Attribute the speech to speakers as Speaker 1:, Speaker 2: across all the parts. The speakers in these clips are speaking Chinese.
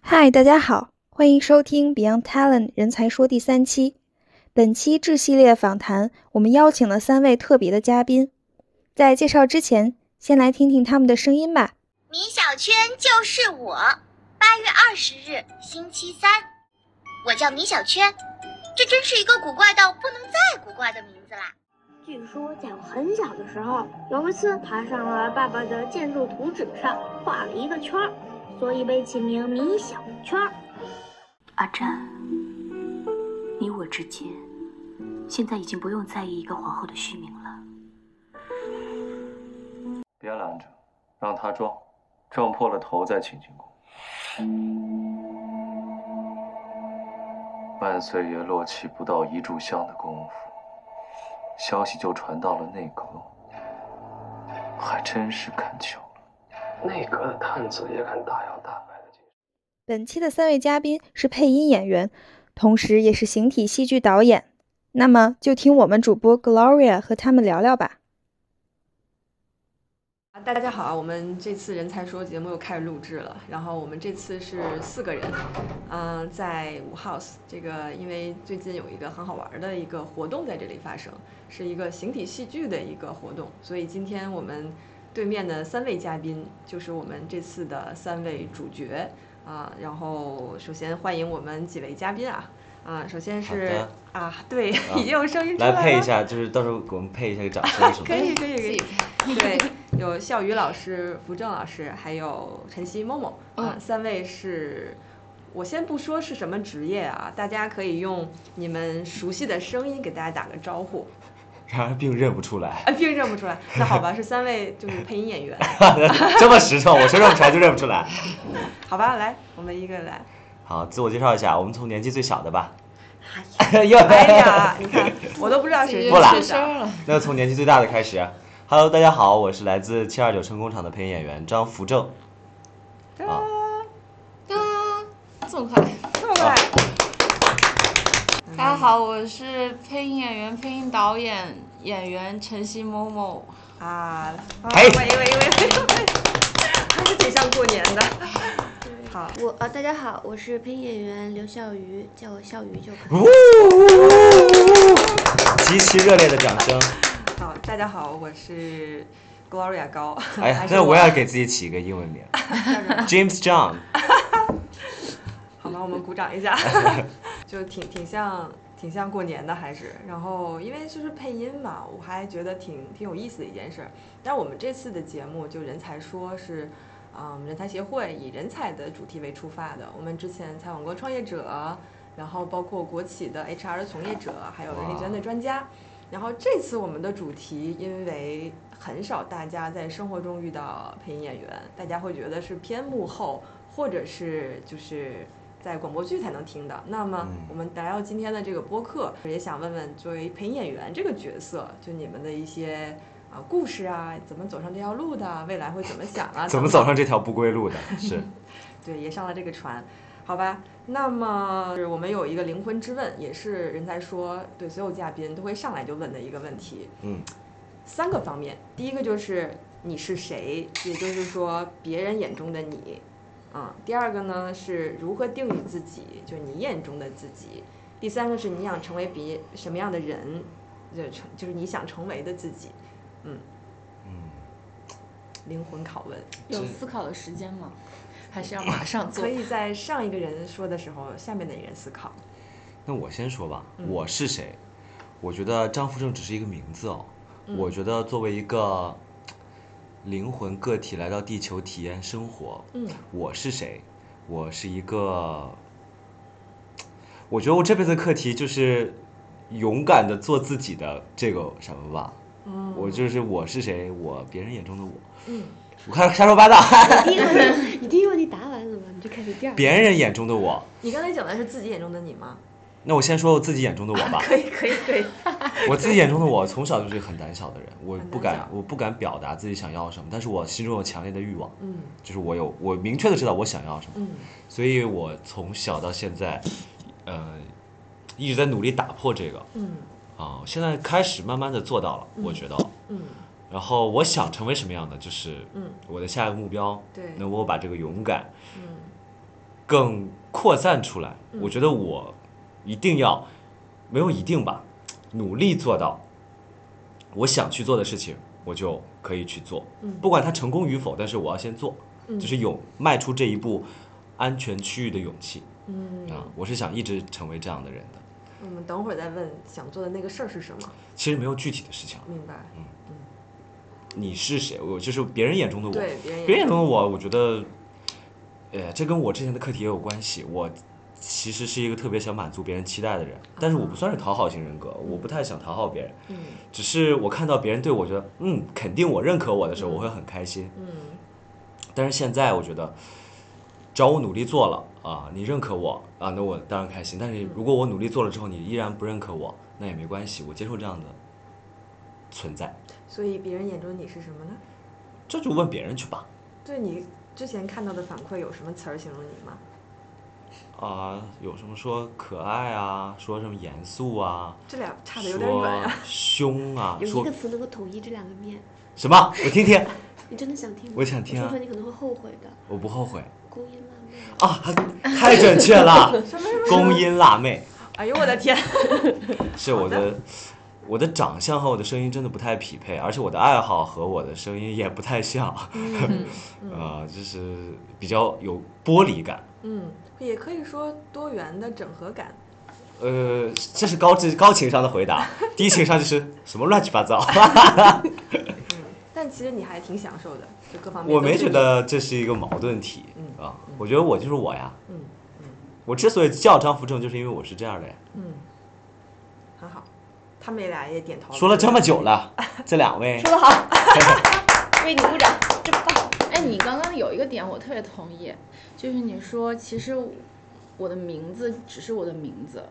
Speaker 1: 嗨，大家好，欢迎收听 Beyond Talent 人才说第三期。本期智系列访谈，我们邀请了三位特别的嘉宾。在介绍之前，先来听听他们的声音吧。
Speaker 2: 米小圈就是我。八月二十日，星期三，我叫米小圈，这真是一个古怪到不能再古怪的名字啦！
Speaker 3: 据说在我很小的时候，有一次爬上了爸爸的建筑图纸上，画了一个圈儿，所以被起名米小圈儿。
Speaker 4: 阿占，你我之间，现在已经不用在意一个皇后的虚名了。
Speaker 5: 别拦着，让他装，撞破了头再请进宫。半岁月落起不到一炷香的功夫，消息就传到了内阁，还真是看巧了。
Speaker 6: 内阁的探子也敢大摇大摆的进
Speaker 1: 本期的三位嘉宾是配音演员，同时也是形体戏剧导演。那么就听我们主播 Gloria 和他们聊聊吧。
Speaker 7: 啊，大家好啊！我们这次《人才说》节目又开始录制了，然后我们这次是四个人，嗯、在五 House 这个，因为最近有一个很好玩的一个活动在这里发生，是一个形体戏剧的一个活动，所以今天我们对面的三位嘉宾就是我们这次的三位主角啊、然后首先欢迎我们几位嘉宾啊啊、首先是
Speaker 8: 好的
Speaker 7: 啊，对，
Speaker 8: 啊
Speaker 7: 已经有声音出
Speaker 8: 来
Speaker 7: 来
Speaker 8: 配一
Speaker 7: 了
Speaker 8: 下，就是到时候我们配一下个掌声什么
Speaker 7: 啊可以
Speaker 8: 的。
Speaker 7: 可以可以， 对，有笑宇老师、扶正老师，还有晨曦、某某啊，三位是。我先不说是什么职业啊，大家可以用你们熟悉的声音给大家打个招呼。
Speaker 8: 然而并认不出来，
Speaker 7: 啊，并认不出来，那好吧，是三位就是配音演员，
Speaker 8: 这么实诚，我说认不出来就认不出来。
Speaker 7: 好吧，来，我们一个来。
Speaker 8: 好，自我介绍一下，我们从年纪最小的吧。
Speaker 7: 哎呀，你看，我都不知道谁是
Speaker 8: 不啦
Speaker 7: 最小。
Speaker 8: 那从年纪最大的开始。Hello，大家好，我是来自七二九声工厂的配音演员张福正。啊，
Speaker 9: 这么快！
Speaker 7: 这么快，嗯
Speaker 9: 大家好，我是配音演员、配音导演、演员晨曦某某。
Speaker 7: 啊，啊
Speaker 8: 哎
Speaker 7: 喂喂喂喂， 还是挺像过年的。好，
Speaker 3: 我
Speaker 10: 呃
Speaker 3: 啊，大家好，我是配音演员刘笑鱼，叫我笑鱼就可以。
Speaker 8: 呜，极其热烈的掌声。
Speaker 7: 好，大家好，我是 Gloria 高。
Speaker 8: 哎呀，那我要给自己起一个英文名，James John。
Speaker 7: 好吧，我们鼓掌一下，就挺挺像挺像过年的，还是然后因为就是配音嘛，我还觉得挺挺有意思的一件事儿。但我们这次的节目就人才说是。嗯，人才协会以人才的主题为出发的。我们之前采访过创业者，然后包括国企的 HR 的从业者，还有人力资源的专家。然后这次我们的主题，因为很少大家在生活中遇到配音演员，大家会觉得是偏幕后，或者是就是在广播剧才能听到。那么
Speaker 8: 嗯
Speaker 7: 我们来到今天的这个播客，也想问问作为配音演员这个角色，就你们的一些。啊，故事啊，怎么走上这条路的？未来会怎么想啊？
Speaker 8: 怎
Speaker 7: 等
Speaker 8: 么
Speaker 7: 等
Speaker 8: 走上这条不归路的？是，
Speaker 7: 对，也上了这个船，好吧。那么是我们有一个灵魂之问，也是人才说对所有嘉宾都会上来就问的一个问题，
Speaker 8: 嗯，
Speaker 7: 三个方面。第一个就是你是谁，也就是说别人眼中的你，啊、第二个呢是如何定义自己，就是你眼中的自己。第三个是你想成为别什么样的人，就成就是你想成为的自己。嗯，
Speaker 8: 嗯，
Speaker 7: 灵魂拷问。
Speaker 9: 有思考的时 间吗？还是要马上做
Speaker 7: 可？以在上一个人说的时候，下面的一个人思考。
Speaker 8: 那我先说吧，
Speaker 7: 嗯
Speaker 8: 我是谁？我觉得张富正只是一个名字哦。
Speaker 7: 嗯
Speaker 8: 我觉得作为一个灵魂个体来到地球体验生活，
Speaker 7: 嗯
Speaker 8: 我是谁？我是一个，我觉得我这辈子的课题就是勇敢的做自己的这个什么吧。
Speaker 7: 嗯，
Speaker 8: 我就是我是谁？我别人眼中的我。
Speaker 7: 嗯
Speaker 8: 我开始瞎说八道，
Speaker 3: 第一个问题，你第一个问题答完了吗？你就开始第二个。
Speaker 8: 别人眼中的我。
Speaker 7: 你刚才讲的是自己眼中的你吗？
Speaker 8: 那我先说我自己眼中的我
Speaker 3: 啊
Speaker 8: 吧。
Speaker 7: 可以，可以，可以。
Speaker 8: 我自己眼中的我，从小就是一个很胆小的人，我
Speaker 7: 很
Speaker 8: 不
Speaker 7: 胆
Speaker 8: 敢
Speaker 7: 小，
Speaker 8: 我不敢表达自己想要什么，但是我心中有强烈的欲望，
Speaker 7: 嗯
Speaker 8: 就是我有，我明确的知道我想要什么，
Speaker 7: 嗯
Speaker 8: 所以我从小到现在，呃，一直在努力打破这个
Speaker 7: 嗯
Speaker 8: 啊、现在开始慢慢的做到了，我觉得。
Speaker 7: 嗯
Speaker 8: 然后我想成为什么样的，就是
Speaker 7: 嗯
Speaker 8: 我的下一个目标，
Speaker 7: 对
Speaker 8: 能够把这个勇敢
Speaker 7: 嗯
Speaker 8: 更扩散出来。我觉得我一定要，没有一定吧，努力做到我想去做的事情，我就可以去做
Speaker 7: 嗯，
Speaker 8: 不管它成功与否，但是我要先做，就是有迈出这一步安全区域的勇气
Speaker 7: 嗯，
Speaker 8: 啊！我是想一直成为这样的人的。
Speaker 7: 我们等会儿再问想做的那个事儿是什么，
Speaker 8: 其实没有具体的事情了，
Speaker 7: 明白？
Speaker 8: 你是谁？我就是别人眼中的我，
Speaker 7: 对，别人
Speaker 8: 别人眼中的我，我觉得，呃，这跟我之前的课题也有关系。我其实是一个特别想满足别人期待的人，但是我不算是讨好型人格，我不太想讨好别人。
Speaker 7: 嗯
Speaker 8: 只是我看到别人对我觉得，嗯，肯定我认可我的时候，我会很开心。
Speaker 7: 嗯
Speaker 8: 但是现在我觉得，只要我努力做了啊，你认可我啊，那我当然开心。但是如果我努力做了之后，你依然不认可我，那也没关系，我接受这样的存在。
Speaker 7: 所以别人眼中你是什么呢？
Speaker 8: 这就问别人去吧。
Speaker 7: 对你之前看到的反馈有什么词儿形容你吗？
Speaker 8: 啊，有什么说可爱啊，说什么严肃啊，
Speaker 7: 这俩差的有点
Speaker 8: 说
Speaker 7: 远啊。
Speaker 8: 凶啊，
Speaker 10: 有一
Speaker 8: 说
Speaker 10: 个词能够统一这两个面，
Speaker 8: 什么？我听听，
Speaker 10: 你真的想听吗？
Speaker 8: 我想听啊
Speaker 10: 说出来你可能会后悔的。
Speaker 8: 我不后悔
Speaker 10: 工业辣妹，
Speaker 8: 啊，太准确了，公音辣妹
Speaker 7: 哎呦我的 天！
Speaker 8: 是我的。我的长相和我的声音真的不太匹配，而且我的爱好和我的声音也不太像，
Speaker 7: 嗯
Speaker 8: 啊，就是比较有剥离感。
Speaker 7: 嗯，也可以说多元的整合感。
Speaker 8: 呃，这是高智高情商的回答，低情商就是什么乱七八糟。
Speaker 7: 嗯但其实你还挺享受的，就各方面。
Speaker 8: 我没觉。得这是一个矛盾体
Speaker 7: 嗯
Speaker 8: 啊，我觉得我就是我呀。
Speaker 7: 嗯
Speaker 8: 我之所以叫张福正，就是因为我是这样的呀。
Speaker 7: 嗯，很好。他们俩也点头。
Speaker 8: 说了这么久了， 这两位
Speaker 10: 说得好，为你鼓掌，真棒。
Speaker 9: 哎，你刚刚有一个点我特别同意，就是你说其实我的名字只是我的名字，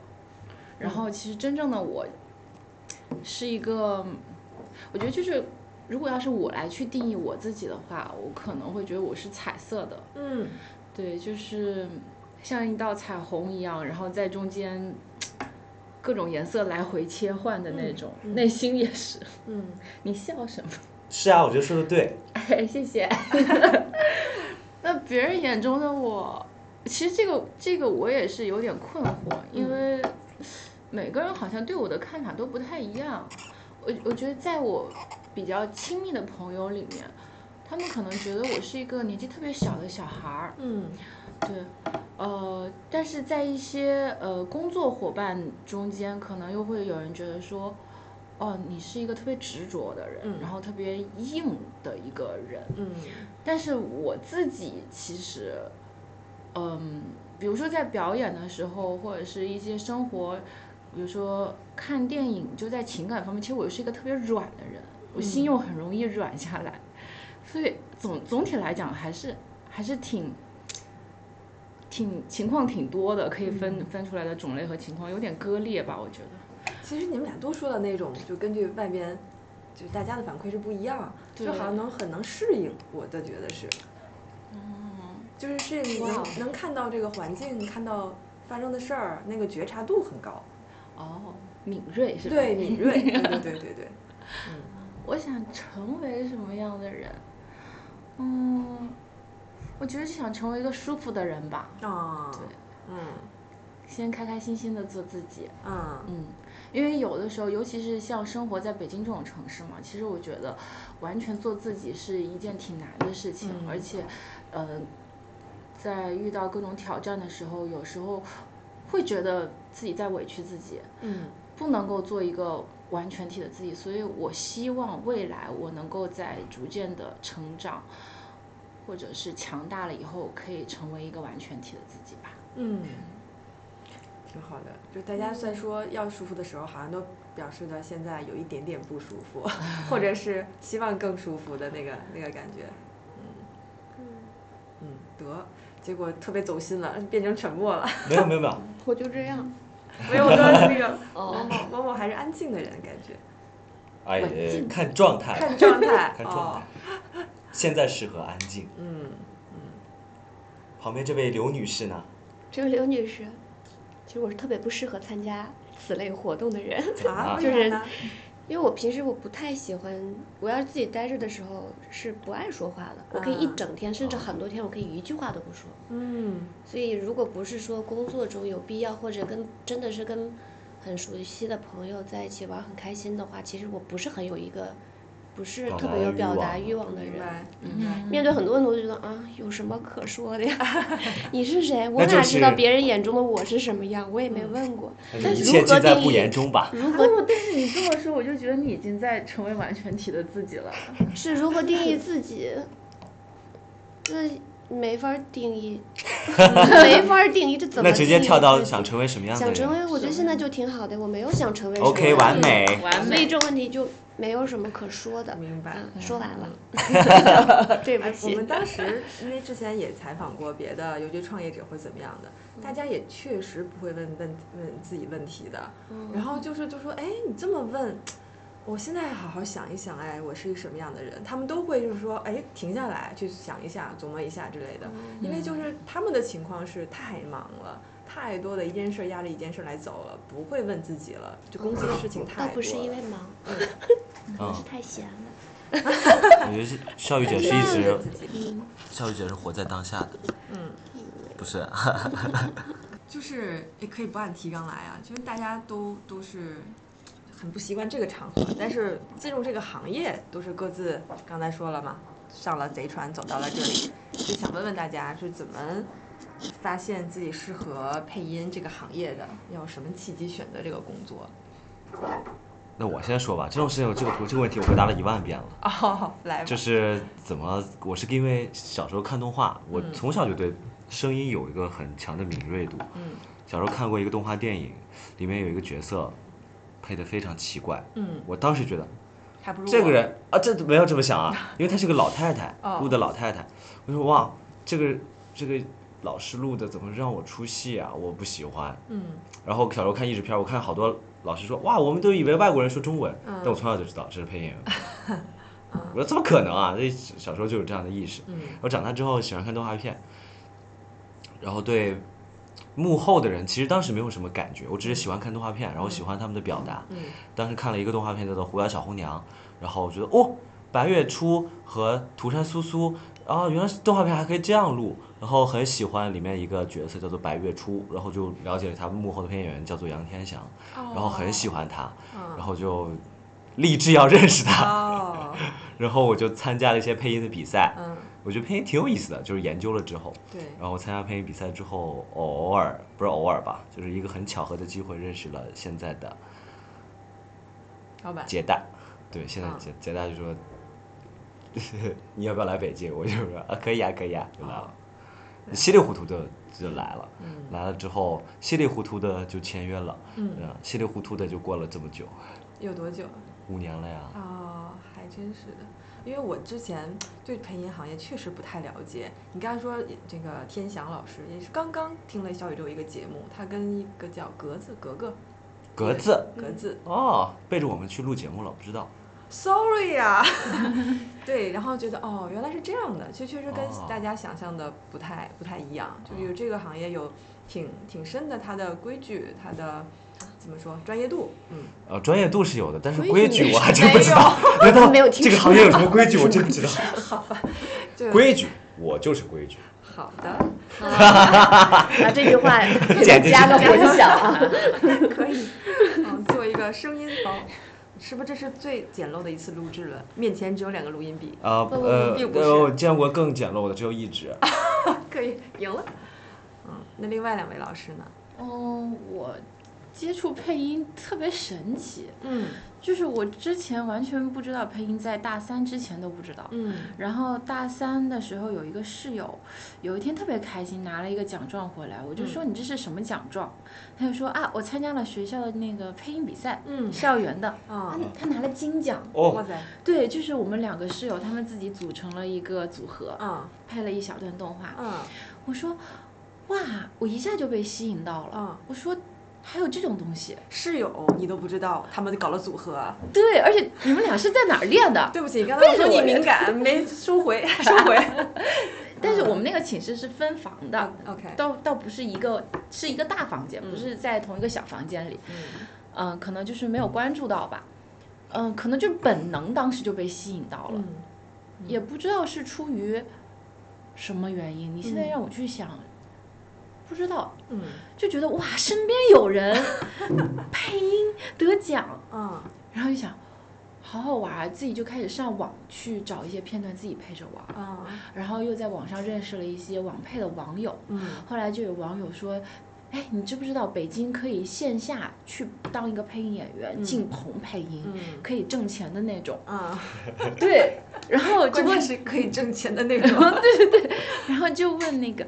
Speaker 9: 然后其实真正的我是一个，我觉得就是如果要是我来去定义我自己的话，我可能会觉得我是彩色的，
Speaker 7: 嗯，
Speaker 9: 对，就是像一道彩虹一样，然后在中间。各种颜色来回切换的那种，内心也是。
Speaker 7: 嗯，
Speaker 9: 你笑什么？
Speaker 8: 是啊，我觉得说的对。
Speaker 9: 哎，谢谢。 那别人眼中的我，其实这个这个我也是有点困惑，因为每个人好像对我的看法都不太一样。我我觉得在我比较亲密的朋友里面，他们可能觉得我是一个年纪特别小的小孩儿，
Speaker 7: 嗯
Speaker 9: 对，呃，但是在一些呃工作伙伴中间，可能又会有人觉得说，哦，你是一个特别执着的人，
Speaker 7: 嗯
Speaker 9: 然后特别硬的一个人。
Speaker 7: 嗯
Speaker 9: 但是我自己其实，嗯，比如说在表演的时候，或者是一些生活，比如说看电影，就在情感方面，其实我是一个特别软的人，我
Speaker 7: 嗯
Speaker 9: 心又很容易软下来，所以总总体来讲还是还是挺。挺情况挺多的，可以
Speaker 7: 嗯
Speaker 9: 分分出来的种类和情况有点割裂吧，我觉得。
Speaker 7: 其实你们俩都说的那种，就根据外边，就是大家的反馈是不一样，
Speaker 9: 对
Speaker 7: 就好像能很能适应，我的觉得是，就是适应能
Speaker 9: 嗯哇
Speaker 7: 能看到这个环境，看到发生的事儿，那个觉察度很高，
Speaker 9: 哦，敏锐是吧？
Speaker 7: 对敏 锐，对对对对对，
Speaker 9: 我想成为什么样的人？嗯，我觉得就想成为一个舒服的人吧，
Speaker 7: 啊，嗯
Speaker 9: 先开开心心的做自己。
Speaker 7: 嗯
Speaker 9: 嗯，因为有的时候，尤其是像生活在北京这种城市嘛，其实我觉得完全做自己是一件挺难的事情，
Speaker 7: 嗯
Speaker 9: 而且，呃，在遇到各种挑战的时候，有时候会觉得自己在委屈自己。
Speaker 7: 嗯
Speaker 9: 不能够做一个完全体的自己，所以我希望未来我能够在逐渐的成长，或者是强大了以后，可以成为一个完全体的自己吧。
Speaker 7: 嗯，挺好的，就大家在说要舒服的时候，好像都表示的现在有一点点不舒 服，或者是希望更舒服的那个那个感觉，嗯嗯得，结果特别走心了，变成沉默 了。
Speaker 8: 没有没有没有，
Speaker 10: 嗯我就这样，
Speaker 7: 没有，我说那个
Speaker 10: 哦
Speaker 7: 某某 某某还是安静的人，感觉
Speaker 8: 哎
Speaker 9: 稳定，
Speaker 8: 看状态，
Speaker 7: 看状态
Speaker 8: 看状
Speaker 7: 哦
Speaker 8: 态，。现在适合安静。
Speaker 7: 嗯
Speaker 8: 旁边这位刘女士呢？
Speaker 10: 这位刘女士，其实我是特别不适合参加此类活动的人，
Speaker 7: 啊，
Speaker 8: 啊
Speaker 7: 为啥呢？
Speaker 10: 因为我平时我不太喜欢，我要是自己待着的时候是不爱说话的，我可以一整天，甚至很多天，我可以一句话都不说。
Speaker 7: 嗯，
Speaker 10: 所以如果不是说工作中有必要，或者跟真的是跟很熟悉的朋友在一起玩很开心的话，其实我不是很有一个。不是特别有表达欲望的人
Speaker 7: 明白，明白
Speaker 10: 嗯，面对很多人，我就觉得啊，有什么可说的呀？你是谁？我
Speaker 8: 那就
Speaker 10: 哪知道
Speaker 8: 是
Speaker 10: 别人眼中的我是什么样？我也没问过。
Speaker 8: 那
Speaker 10: 但
Speaker 8: 就一
Speaker 10: 是
Speaker 8: 切
Speaker 10: 如何
Speaker 8: 尽在
Speaker 10: 定
Speaker 8: 不
Speaker 10: 义？
Speaker 8: 言中吧。
Speaker 10: 如何
Speaker 9: 哦不，但是你这么说，我就觉得你已经在成为完全体的自己了。
Speaker 10: 是如何定义自己？这没法儿 定义，没法儿定义，这怎么
Speaker 8: 那直接
Speaker 10: 定义
Speaker 8: 跳到
Speaker 10: 自己
Speaker 8: 想成为什么样的
Speaker 10: 想
Speaker 8: 人？
Speaker 10: 成为，我觉得现在就挺好的，我没有想成为什么
Speaker 8: OK，
Speaker 10: 样的
Speaker 8: 完
Speaker 10: 人嗯
Speaker 8: 美
Speaker 9: 完
Speaker 10: 所
Speaker 9: 美
Speaker 10: 以这问题就没有什么可说的。
Speaker 7: 明白
Speaker 10: 嗯说完了， 对不
Speaker 7: 哎，我
Speaker 10: 起
Speaker 7: 们。当时因为之前也采访过别的，尤其创业者会怎么样的，
Speaker 10: 嗯
Speaker 7: 大家也确实不会问问问自己问题的。
Speaker 10: 嗯
Speaker 7: 然后就是就说，哎，你这么问，我现在好好想一想，哎，我是一什么样的人？他们都会就是说，哎，停下来去想一下，琢磨一下之类
Speaker 10: 嗯
Speaker 7: 的。因为就是他们的情况是太忙了。太多的一件事儿压着一件事儿来走了，不会问自己了。就公司的事情太多
Speaker 10: 哦倒
Speaker 7: 了。
Speaker 10: 不是因为忙，
Speaker 8: 嗯，
Speaker 10: 是太闲了。
Speaker 8: 我觉得是笑雨姐是一直，
Speaker 10: 嗯
Speaker 8: 笑雨姐是活在当下的，
Speaker 7: 嗯，
Speaker 8: 不是？啊
Speaker 7: 就是也可以不按提纲来啊，就是大家都都是很不习惯这个场合，但是进入这个行业都是各自刚才说了嘛，上了贼船走到了这里，就想问问大家是怎么发现自己适合配音这个行业的，要什么契机选择这个工作？
Speaker 8: 那我先说吧，这种事情我这个我这个问题我回答了一万遍了，
Speaker 7: 哦，来吧，
Speaker 8: 就是怎么我是因为小时候看动画，我
Speaker 7: 嗯
Speaker 8: 从小就对声音有一个很强的敏锐度，
Speaker 7: 嗯
Speaker 8: 小时候看过一个动画电影，里面有一个角色配的非常奇怪，
Speaker 7: 嗯，
Speaker 8: 我当时觉得
Speaker 7: 还不如
Speaker 8: 这个
Speaker 7: 我
Speaker 8: 人啊，这没有这么想啊， 因为她是个老太太
Speaker 7: 哦
Speaker 8: 录的老太太，我说哇，这个这个老师录的怎么让我出戏啊？我不喜欢。
Speaker 7: 嗯
Speaker 8: 然后小时候看译制片，我看好多老师说哇，我们都以为外国人说中文，
Speaker 7: 嗯
Speaker 8: 但我从小就知道这是配音员。我说怎么可能啊？这小时候就有这样的意识。
Speaker 7: 嗯
Speaker 8: 我长大之后喜欢看动画片，然后对幕后的人其实当时没有什么感觉，我只是喜欢看动画片，然后喜欢他们的表达。
Speaker 7: 嗯
Speaker 8: 当时看了一个动画片叫做《狐妖小红娘》，然后我觉得哦，白月初和涂山苏苏啊，原来是动画片还可以这样录，然后很喜欢里面一个角色叫做白月初，然后就了解了他幕后的配音演员叫做杨天祥，然后很喜欢他，
Speaker 7: 哦嗯
Speaker 8: 然后就立志要认识他，
Speaker 7: 哦
Speaker 8: 然后我就参加了一些配音的比赛，
Speaker 7: 嗯
Speaker 8: 我觉得配音挺有意思的，就是研究了之后，
Speaker 7: 对
Speaker 8: 然后参加配音比赛之后，偶尔不是偶尔吧，就是一个很巧合的机会认识了现在的
Speaker 7: 老板
Speaker 8: 接待，对，现在
Speaker 10: 嗯
Speaker 7: 啊
Speaker 8: 接接待就说， 你要不要来北京？我就说啊，可以啊，可以啊，就来
Speaker 10: 哦
Speaker 8: 了，稀里糊涂的就来了，
Speaker 7: 嗯
Speaker 8: 来了之后稀里糊涂的就签约了，
Speaker 7: 嗯
Speaker 8: 嗯，稀里糊涂的就过了这么久，
Speaker 7: 有多久？
Speaker 8: 五年了呀，
Speaker 7: 哦，还真是的，因为我之前对配音行业确实不太了解。你刚才说这个天翔老师也是刚刚听了小宇宙一个节目，他跟一个叫格子格格
Speaker 8: 格子
Speaker 7: 格子
Speaker 8: 哦，背着我们去录节目了，不知道，
Speaker 7: ，sorry 呀、对，然后觉得哦，原来是这样的，其实确实跟
Speaker 8: 哦
Speaker 7: 大家想象的不太不太一样，就是有这个行业有挺挺深的它的规矩，它的怎么说专业度，嗯，
Speaker 8: 呃，专业度是有的，但是
Speaker 10: 规
Speaker 8: 规
Speaker 10: 矩
Speaker 8: 矩我
Speaker 10: 是
Speaker 8: 还真
Speaker 7: 没
Speaker 8: 不知 道，难道
Speaker 10: 没有听
Speaker 8: 这个
Speaker 10: 说
Speaker 8: 行业有什么规矩？我真不 知道，
Speaker 7: 这
Speaker 8: 规矩我就是规矩，
Speaker 7: 好的，嗯
Speaker 10: 把 啊这 句话
Speaker 8: 简直
Speaker 10: 加个
Speaker 8: 是
Speaker 10: 混响啊！
Speaker 7: 可以，嗯，做一个声音包，是不是这是最简陋的一次录制了？面前只有两个录音笔，
Speaker 8: 啊
Speaker 10: 不不
Speaker 8: 呃
Speaker 7: 并不是
Speaker 8: 呃，我见过更简陋的，只有一只，
Speaker 7: 可以赢了。嗯，那另外两位老师呢？
Speaker 9: 嗯，我接触配音特别神奇，
Speaker 7: 嗯
Speaker 9: 就是我之前完全不知道配音，在大三之前都不知道。
Speaker 7: 嗯
Speaker 9: 然后大三的时候有一个室友，有一天特别开心，拿了一个奖状回来，我就说你这是什么奖状？他就说啊，我参加了学校的那个配音比赛，
Speaker 7: 嗯
Speaker 9: 校园的，
Speaker 7: 啊
Speaker 9: 他，哦他拿了金奖。
Speaker 7: 哇
Speaker 8: 哦，
Speaker 7: 塞，
Speaker 9: 对，就是我们两个室友，他们自己组成了一个组合，
Speaker 7: 嗯
Speaker 9: 配了一小段动画。
Speaker 7: 嗯
Speaker 9: 我说，哇，我一下就被吸引到了。
Speaker 7: 嗯，
Speaker 9: 我说还有这种东西？
Speaker 7: 室友你都不知道，他们搞了组合。啊
Speaker 9: 对，而且你们俩是在哪儿练的？
Speaker 7: 对不起，刚才我说你敏感，没收回，收 回。
Speaker 9: 但是我们那个寝室是分房的，
Speaker 7: OK，
Speaker 9: 倒倒不是一个是一个大房间，
Speaker 7: 嗯
Speaker 9: 不是在同一个小房间里。
Speaker 7: 嗯
Speaker 9: 呃嗯、可能就是没有关注到吧。嗯，可能就是本能，当时就被吸引到了，
Speaker 7: 嗯
Speaker 9: 也不知道是出于什么原因。你现在
Speaker 7: 嗯
Speaker 9: 让我去想，不知道，
Speaker 7: 嗯
Speaker 9: 就觉得哇，身边有人配音得奖，
Speaker 7: 嗯，
Speaker 9: 然后就想好好玩儿，自己就开始上网去找一些片段自己配着玩儿，
Speaker 7: 啊
Speaker 9: 然后又在网上认识了一些网配的网友，
Speaker 7: 嗯
Speaker 9: 后来就有网友说。哎，你知不知道北京可以线下去当一个配音演员，
Speaker 7: 嗯
Speaker 9: 进棚配音，
Speaker 7: 嗯
Speaker 9: 可以挣钱的 那种。
Speaker 7: 啊，
Speaker 9: 对，然后就
Speaker 7: 关
Speaker 9: 问
Speaker 7: 键，是可以挣钱的那
Speaker 9: 然后
Speaker 7: 种，
Speaker 9: 对对对，然后就问那个，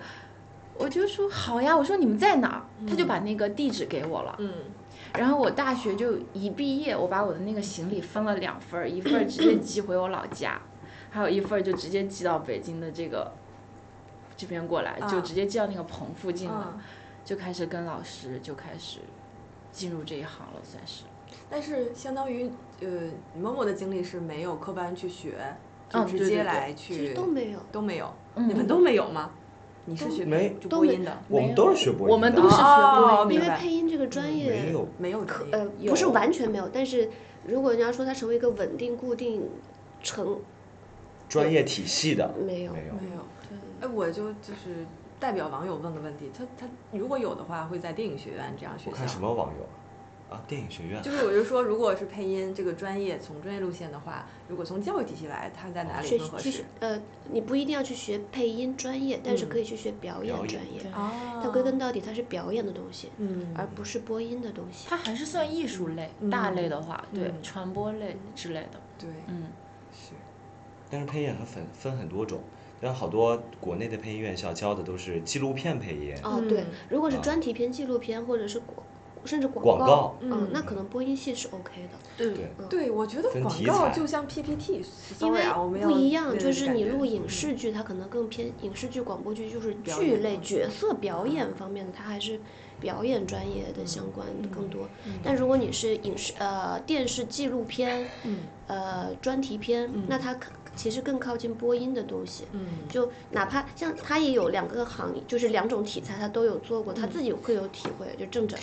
Speaker 9: 我就说好呀，我说你们在哪儿？他就把那个地址给我了。
Speaker 7: 嗯
Speaker 9: 然后我大学就一毕业，我把我的那个行李分了两份儿，一份儿直接寄回我老家，还有一份儿就直接寄到北京的这个这边过来，就
Speaker 7: 啊
Speaker 9: 直接寄到那个棚附近了，
Speaker 7: 嗯。
Speaker 9: 就开始跟老师就开始进入这一行了，算是。
Speaker 7: 但是相当于呃，你默默的经历是没有科班去学，就
Speaker 9: 嗯
Speaker 7: 直
Speaker 9: 对对
Speaker 7: 接
Speaker 9: 对
Speaker 7: 来
Speaker 10: 其实
Speaker 7: 去
Speaker 10: 都没有。
Speaker 7: 都没有，
Speaker 9: 嗯
Speaker 7: 你们都没有吗？你是
Speaker 10: 都
Speaker 7: 学
Speaker 8: 没
Speaker 7: 就
Speaker 10: 都
Speaker 7: 播
Speaker 10: 没
Speaker 7: 音的，
Speaker 8: 我们
Speaker 9: 没
Speaker 8: 都
Speaker 9: 有
Speaker 8: 是学播音的，啊
Speaker 9: 我们都是学
Speaker 7: 哦
Speaker 9: 播
Speaker 10: 因
Speaker 9: 音
Speaker 7: 明
Speaker 10: 为
Speaker 7: 白
Speaker 10: 配音这个专业，
Speaker 8: 没有
Speaker 7: 没有专业
Speaker 10: 呃，不是完全没有，但是如果你要说它成为一个稳定固定成，
Speaker 8: 专业体系的，
Speaker 10: 没有
Speaker 8: 没有。
Speaker 7: 没有。哎，我就就是代表网友问个问题，他他如果有的话，会在电影学院这样学
Speaker 8: 我看什
Speaker 7: 校。
Speaker 8: 么网友啊？电影学院
Speaker 7: 就是我就说，如果是配音这个专业，从专业路线的话，如果从教育体系来，它
Speaker 8: 哦
Speaker 7: 在哪里
Speaker 10: 去
Speaker 7: 更合
Speaker 10: 去学
Speaker 7: 适？
Speaker 10: 呃，你不一定要去学配音专业，但是
Speaker 7: 嗯
Speaker 10: 可以去学表演
Speaker 8: 表演
Speaker 10: 专业。
Speaker 9: 对
Speaker 7: 哦
Speaker 10: 它归根到底，它是表演的东西，
Speaker 7: 嗯
Speaker 10: 而不是播音的东西。
Speaker 9: 它还是算艺术类、大类的话，对
Speaker 7: 嗯
Speaker 9: 传播类之类的，
Speaker 7: 对
Speaker 10: 哦
Speaker 9: 嗯，
Speaker 7: 是
Speaker 8: 但是配音很分分很多种，但好多国内的配音院校教的都是纪录片配音，
Speaker 10: 哦，对
Speaker 7: 嗯，
Speaker 10: 如果是
Speaker 8: 啊
Speaker 10: 专题片、纪录片或者是广，甚至广
Speaker 8: 广
Speaker 10: 告
Speaker 8: 告，
Speaker 10: 嗯
Speaker 7: 嗯，
Speaker 10: 那可能播音系是 OK 的，
Speaker 8: 对，
Speaker 7: 对，我觉得
Speaker 8: 分
Speaker 7: 广
Speaker 8: 题
Speaker 7: 告
Speaker 8: 材
Speaker 7: 就像 PPT，
Speaker 10: 因
Speaker 7: sorry
Speaker 10: 为
Speaker 7: 啊我们要
Speaker 10: 不一样，
Speaker 7: 对
Speaker 10: 就
Speaker 7: 对
Speaker 10: 是
Speaker 7: 感
Speaker 10: 你
Speaker 7: 觉嗯
Speaker 10: 录影视剧，它可能更偏影视剧、广播剧，就是
Speaker 7: 表
Speaker 10: 剧
Speaker 7: 演嗯
Speaker 10: 类
Speaker 7: 嘛
Speaker 10: 角色表演方面的，它还是表演专业的相关的更多
Speaker 7: 嗯。
Speaker 10: 但如果你是影视呃电视纪录片，
Speaker 7: 嗯
Speaker 10: 呃专题片，那它可其实更靠近播音的东西。
Speaker 7: 嗯
Speaker 10: 就哪怕像他也有两个行业，就是两种题材他都有做过，他
Speaker 7: 嗯
Speaker 10: 自己会有体会，就正正，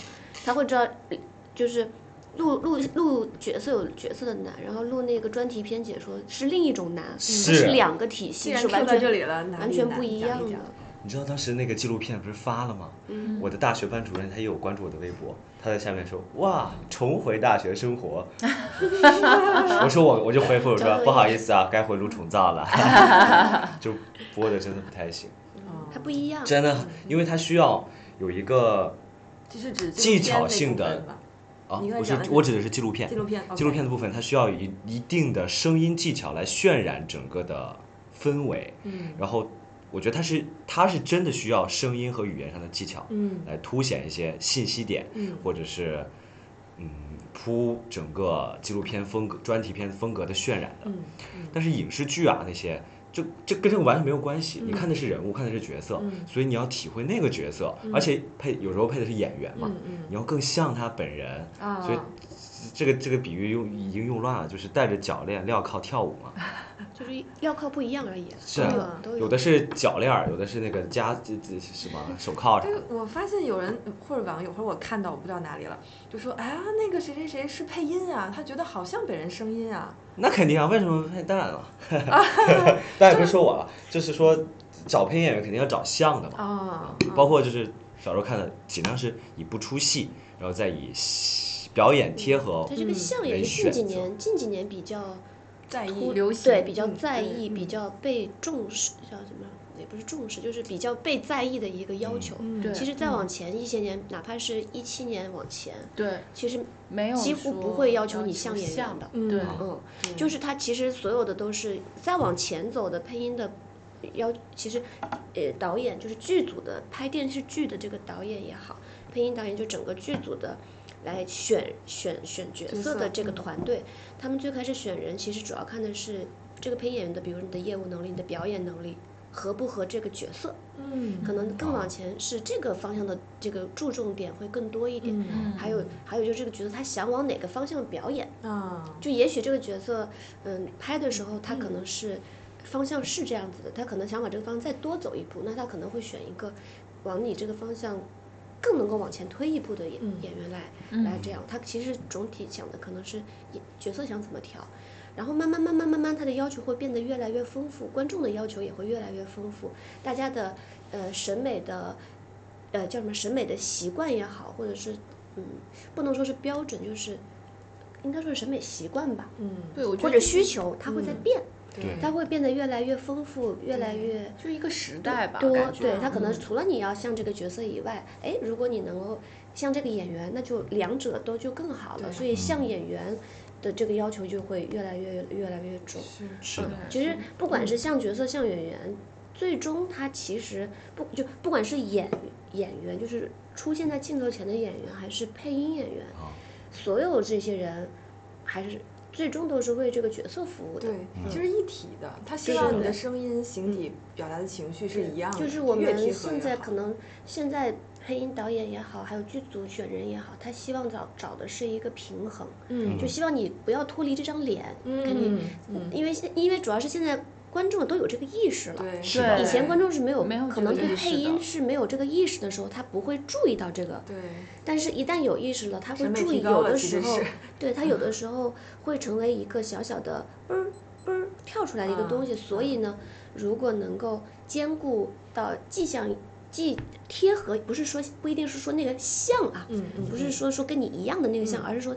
Speaker 10: 他会知道，就是录录录角色有角色的难，然后录那个专题片解说是另一种难，它
Speaker 8: 是
Speaker 10: 是两个体
Speaker 7: 既
Speaker 10: 系，
Speaker 7: 然
Speaker 10: 是
Speaker 7: Q
Speaker 10: 完
Speaker 7: 到这
Speaker 10: 全
Speaker 7: 里了，哪
Speaker 10: 完
Speaker 7: 里
Speaker 10: 全
Speaker 7: 哪
Speaker 10: 不
Speaker 7: 里
Speaker 10: 一
Speaker 7: 讲
Speaker 10: 样的
Speaker 7: 讲。
Speaker 8: 你知道当时那个纪录片不是发了吗？
Speaker 10: 嗯
Speaker 8: 我的大学班主任他也有关注我的微博，他在下面说：“哇，重回大学生活。”我说我我就回复我
Speaker 10: 终
Speaker 8: 说
Speaker 10: 于：“
Speaker 8: 不好意思啊，该回炉重造了。”就播的真的不太行，
Speaker 7: 哦
Speaker 10: 它不一样。
Speaker 8: 真的，因为他需要有一个
Speaker 7: 这是指
Speaker 8: 技巧性的
Speaker 7: 纪录片那部分吧
Speaker 8: 啊，
Speaker 7: 你刚才
Speaker 8: 我
Speaker 7: 讲
Speaker 8: 说
Speaker 7: 的是
Speaker 8: 我指的是纪录片
Speaker 7: 纪，录片，
Speaker 8: 纪录片的部分它需要一一定的声音技巧来渲染整个的氛围，
Speaker 7: 嗯
Speaker 8: 然后我觉得它是它是真的需要声音和语言上的技巧
Speaker 7: 嗯
Speaker 8: 来凸显一些信息点，
Speaker 7: 嗯
Speaker 8: 或者是嗯铺整个纪录片风格、专题片风格的渲染的。
Speaker 7: 嗯
Speaker 8: 但是影视剧啊那些，这这跟这个完全没有关系。
Speaker 7: 嗯
Speaker 8: 你看的是人物，看的是角色，
Speaker 7: 嗯
Speaker 8: 所以你要体会那个角色，而且配有时候配的是演员嘛，
Speaker 7: 嗯
Speaker 8: 你要更像他本人。
Speaker 7: 嗯啊，
Speaker 8: 所以这个这个比喻用已经用乱了，就是带着脚链镣铐跳舞嘛。
Speaker 10: 就是镣铐不一样而已，
Speaker 8: 是
Speaker 10: 都有
Speaker 8: 啊
Speaker 7: 哦
Speaker 10: 都有。
Speaker 8: 有的是脚链儿，有的是那个加这这什么手铐啥
Speaker 7: 但是
Speaker 8: 的。
Speaker 7: 我发现有人或者网友或者我看到我不知道哪里了，就说哎呀那个谁谁谁是配音啊，他觉得好像本人声音啊，
Speaker 8: 那肯定啊，为什么配？当然 了，当然别说我了，就是说找配音演员肯定要找像
Speaker 10: 哦
Speaker 8: 的嘛。
Speaker 7: 啊，
Speaker 8: 包括就是小时候看的，尽量是以不出戏，然后再以表演贴合
Speaker 10: 它这个
Speaker 7: 嗯
Speaker 10: 像也
Speaker 8: 人
Speaker 10: 是近几
Speaker 8: 选择
Speaker 10: 年近几年比较
Speaker 7: 在
Speaker 10: 突
Speaker 7: 意
Speaker 9: 流行
Speaker 10: 对比较
Speaker 7: 嗯
Speaker 10: 在
Speaker 7: 对
Speaker 10: 意、比
Speaker 7: 嗯
Speaker 10: 较被重视，叫什么？也不是重视，就是比较被在意的一个要求。
Speaker 7: 嗯
Speaker 9: 对
Speaker 10: 其实再往前一些年，哪怕是一七年往前，
Speaker 9: 对，
Speaker 10: 其实
Speaker 9: 没有
Speaker 10: 几
Speaker 9: 说
Speaker 10: 乎不会要求你像演
Speaker 9: 像
Speaker 10: 员的。
Speaker 7: 嗯
Speaker 9: 对，
Speaker 10: 嗯，就是它其实所有的都是再往前走的配音的要，其实呃导演就是剧组的拍电视剧的这个导演也好，配音导演就整个剧组的。来选选选角
Speaker 7: 角色
Speaker 10: 色的这个
Speaker 7: 嗯
Speaker 10: 团队，他们最开始选人，其实主要看的是这个配音演员的，比如你的业务能力、你的表演能力合不合这个角色。
Speaker 7: 嗯
Speaker 10: 可能更
Speaker 8: 啊
Speaker 10: 往前是这个方向的这个注重点会更多一点。
Speaker 7: 嗯
Speaker 10: 还有还有就是这个角色他想往哪个方向表演，
Speaker 7: 啊
Speaker 10: 嗯就也许这个角色，嗯，拍的时候他可能是方向是这样子的，他可能想往这个方向再多走一步，那他可能会选一个往你这个方向更能够往前推一步的演、演员来、
Speaker 9: 嗯
Speaker 10: 来这样。他其实总体想的可能是演角色想怎么调，然后慢慢慢慢慢慢，他的要求会变得越来越丰富，观众的要求也会越来越丰富，大家的呃审美的呃叫什么审美的习惯也好，或者是嗯不能说是标准，就是应该说是审美习惯吧，
Speaker 7: 嗯
Speaker 9: 对我觉
Speaker 10: 或
Speaker 9: 得
Speaker 10: 者
Speaker 9: 这
Speaker 10: 需
Speaker 9: 个
Speaker 10: 求，它会在
Speaker 9: 嗯
Speaker 10: 变，
Speaker 8: 对
Speaker 10: 它会变得越来越丰富，越来越。
Speaker 9: 就一个时代吧，
Speaker 10: 多
Speaker 9: 感觉
Speaker 10: 对他可能
Speaker 9: 嗯
Speaker 10: 除了你要像这个角色以外，哎，如果你能够像这个演员，那就两者都就更好了。
Speaker 9: 对
Speaker 10: 所以像演员的这个要求就会越来越越来越重。
Speaker 8: 是
Speaker 10: 嗯
Speaker 8: 的，
Speaker 10: 其实不管
Speaker 9: 嗯
Speaker 10: 是像角色像演员，最终他其实不就不管是演演员，就是出现在镜头前的演员，还是配音演员，
Speaker 8: 啊，
Speaker 10: 所有这些人还是最终都是为这个角色服务的。
Speaker 7: 对，这是一体的。他希
Speaker 10: 对
Speaker 7: 望你
Speaker 10: 对
Speaker 7: 的声音、形体、表达的情绪是一样的，
Speaker 10: 嗯就是我
Speaker 7: 越
Speaker 10: 们
Speaker 7: 贴合
Speaker 10: 现
Speaker 7: 越
Speaker 10: 在
Speaker 7: 好
Speaker 10: 可能现在配音导演也好，还有剧组选人也好，他希望找找的是一个平衡，
Speaker 7: 嗯
Speaker 10: 就希望你不要脱离这张脸，感
Speaker 7: 嗯
Speaker 10: 觉，
Speaker 7: 嗯
Speaker 10: 因为现因为主要是现在观众都有这个意识了。
Speaker 7: 对
Speaker 8: 是的
Speaker 10: 以前观众是没有，
Speaker 9: 没有
Speaker 10: 可
Speaker 9: 这
Speaker 10: 能
Speaker 9: 个意
Speaker 10: 对配
Speaker 9: 识的
Speaker 10: 音是没有这个意识的时候，他不会注意到这个。
Speaker 7: 对
Speaker 10: 但是，一旦有意识了，他会
Speaker 7: 审美
Speaker 10: 注
Speaker 7: 提
Speaker 10: 意。
Speaker 7: 高
Speaker 10: 有
Speaker 7: 了
Speaker 10: 的
Speaker 7: 其
Speaker 10: 时
Speaker 7: 实
Speaker 10: 候
Speaker 7: 是，
Speaker 10: 对他有的时候会成为一个小小的嘣儿嘣儿跳出来的一个
Speaker 7: 嗯
Speaker 10: 东西。所以呢，如果能够兼顾到既像既贴合，不是说不一定是说那个像啊，
Speaker 7: 嗯嗯
Speaker 10: 不是说说跟你一样的那个像，
Speaker 7: 嗯
Speaker 10: 而是说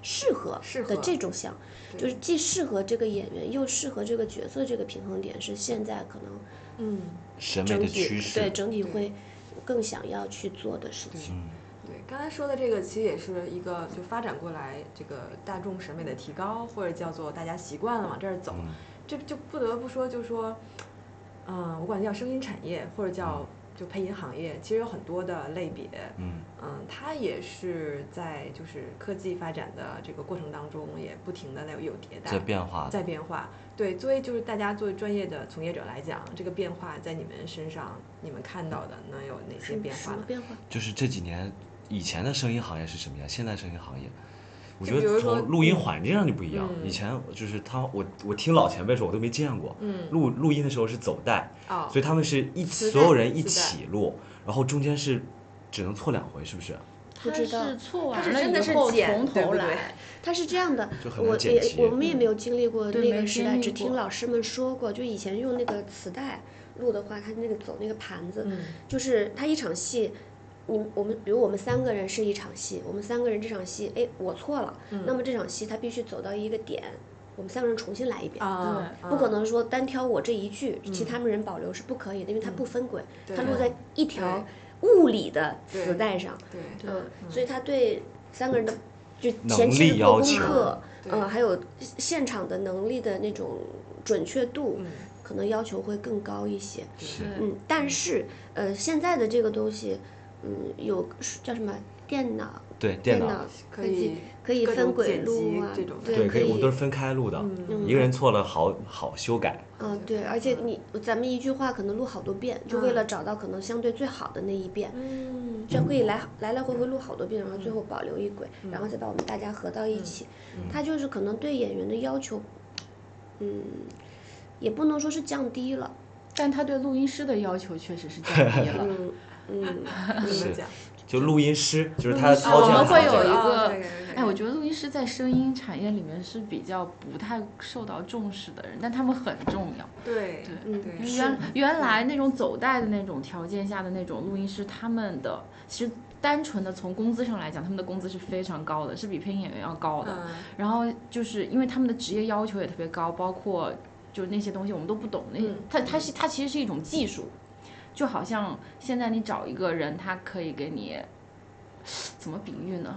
Speaker 10: 适合
Speaker 7: 适合
Speaker 10: 的这种像，就是既适合这个演员，又适合这个角色，这个平衡点是现在可能
Speaker 7: 嗯，
Speaker 8: 审美
Speaker 10: 整
Speaker 8: 的
Speaker 10: 体
Speaker 8: 趋势，
Speaker 10: 对整体会更想要去做的事情。
Speaker 8: 嗯，
Speaker 7: 对，刚才说的这个其实也是一个就发展过来这个大众审美的提高，或者叫做大家习惯了往这儿走，
Speaker 8: 嗯
Speaker 7: 这就不得不说，就说，嗯，我管它叫声音产业，或者叫就配音行业，其实有很多的类别，
Speaker 8: 嗯
Speaker 7: 嗯，它也是在就是科技发展的这个过程当中，也不停的在有迭代，
Speaker 8: 在
Speaker 10: 啊
Speaker 8: 变化的，
Speaker 7: 在变化。对，作为就是大家作为专业的从业者来讲，这个变化在你们身上，你们看到的能有哪些
Speaker 10: 什么
Speaker 7: 嗯变
Speaker 10: 嗯什
Speaker 7: 化
Speaker 10: 么
Speaker 7: 呢？
Speaker 10: 变化？
Speaker 8: 就是这几年以前的声音行业是什么样，现在声音行业，我
Speaker 7: 就
Speaker 8: 觉
Speaker 7: 比
Speaker 8: 得
Speaker 7: 如说
Speaker 8: 从录音环境上就不一样。
Speaker 7: 嗯
Speaker 8: 以前就是他，我我听老前辈说，我都没见过。
Speaker 7: 嗯
Speaker 8: 录录音的时候是走带，
Speaker 7: 哦，
Speaker 8: 所以他们是一
Speaker 7: 磁带
Speaker 8: 所有人一
Speaker 7: 磁带
Speaker 8: 起录，然后中间是只能错两回，是不是？
Speaker 10: 不
Speaker 9: 他
Speaker 10: 知道
Speaker 9: 是错
Speaker 7: 他
Speaker 9: 完
Speaker 7: 是
Speaker 9: 了
Speaker 7: 真的
Speaker 9: 以
Speaker 7: 是
Speaker 9: 后
Speaker 7: 剪
Speaker 9: 从
Speaker 7: 对
Speaker 9: 头
Speaker 7: 不对
Speaker 9: 来，
Speaker 10: 它是这样的
Speaker 8: 就，很
Speaker 10: 我
Speaker 8: 难剪
Speaker 10: 也
Speaker 8: 辑
Speaker 10: 我们也没有经历过
Speaker 9: 对
Speaker 10: 那
Speaker 9: 没
Speaker 10: 个时
Speaker 9: 经
Speaker 10: 代，
Speaker 9: 历
Speaker 10: 只听
Speaker 9: 过
Speaker 10: 老师们说过，就以前用那个磁带录的话，它那个走那个盘子，
Speaker 7: 嗯
Speaker 10: 就是它一场戏，你我们比如我们三个人是一场戏，我们三个人这场戏，哎，我错了，
Speaker 7: 嗯
Speaker 10: 那么这场戏它必须走到一个点，我们三个人重新来一遍。
Speaker 7: 啊，
Speaker 10: 不可
Speaker 7: 啊
Speaker 10: 能说单挑我这一句，其他们人保留是不可以的，因为它不分轨，
Speaker 7: 嗯对
Speaker 10: 它录在一条物理的
Speaker 7: 对
Speaker 10: 磁带上。
Speaker 7: 对
Speaker 10: 嗯，所以他对三个人的就
Speaker 8: 能
Speaker 10: 前期
Speaker 8: 力
Speaker 10: 的
Speaker 8: 要
Speaker 10: 做功
Speaker 8: 求
Speaker 10: 课，
Speaker 7: 对
Speaker 10: 呃，还有现场的能力的那种准确度，
Speaker 7: 嗯
Speaker 10: 可能要求会更高一些。
Speaker 8: 是
Speaker 9: 对
Speaker 10: 嗯，但是呃，现在的这个东西，嗯，有是叫什么电脑？
Speaker 8: 对，电
Speaker 10: 电
Speaker 8: 脑
Speaker 10: 可
Speaker 7: 可以
Speaker 10: 可以
Speaker 7: 各
Speaker 10: 分
Speaker 7: 种
Speaker 10: 轨
Speaker 7: 剪
Speaker 10: 录
Speaker 7: 辑
Speaker 10: 啊
Speaker 7: 这种，的
Speaker 8: 对，
Speaker 10: 可
Speaker 8: 可以，我们都是分开录的，
Speaker 7: 嗯
Speaker 8: 一个人错了好好修改。
Speaker 10: 嗯，对，而且你咱们一句话可能录好多遍，就为了找到可能相对最好的那一遍。
Speaker 7: 嗯
Speaker 10: 这样可以来来来回回录好多遍，然后最后保留一轨，然后再把我们大家合到一起。他就是可能对演员的要求，嗯，也不能说是降低了，
Speaker 9: 但他对录音师的要求确实是降低了。
Speaker 10: 嗯嗯，
Speaker 7: 怎么
Speaker 8: 是
Speaker 7: 讲？啊
Speaker 8: 就录音师，就是他的
Speaker 9: 录音师
Speaker 8: 操
Speaker 9: 我
Speaker 8: 纵
Speaker 9: 们
Speaker 8: 好
Speaker 9: 会
Speaker 8: 这
Speaker 9: 有一
Speaker 8: 个。
Speaker 7: 哦
Speaker 9: 个
Speaker 7: 对对对，
Speaker 9: 哎，我觉得录音师在声音产业里面是比较不太受到重视的人，但他们很重要。
Speaker 7: 对
Speaker 9: 对
Speaker 10: 嗯
Speaker 7: 对
Speaker 9: 因为
Speaker 7: 对，
Speaker 9: 原原来那种走带的那种条件下的那种录音师，他们的其实单纯的从工资上来讲，他们的工资是非常高的，是比配音演员要高的。
Speaker 7: 嗯
Speaker 9: 然后就是因为他们的职业要求也特别高，包括就是那些东西我们都不懂。那
Speaker 7: 嗯
Speaker 9: 它它是它其实是一种技术，就好像现在你找一个人，他可以给你怎么比喻呢？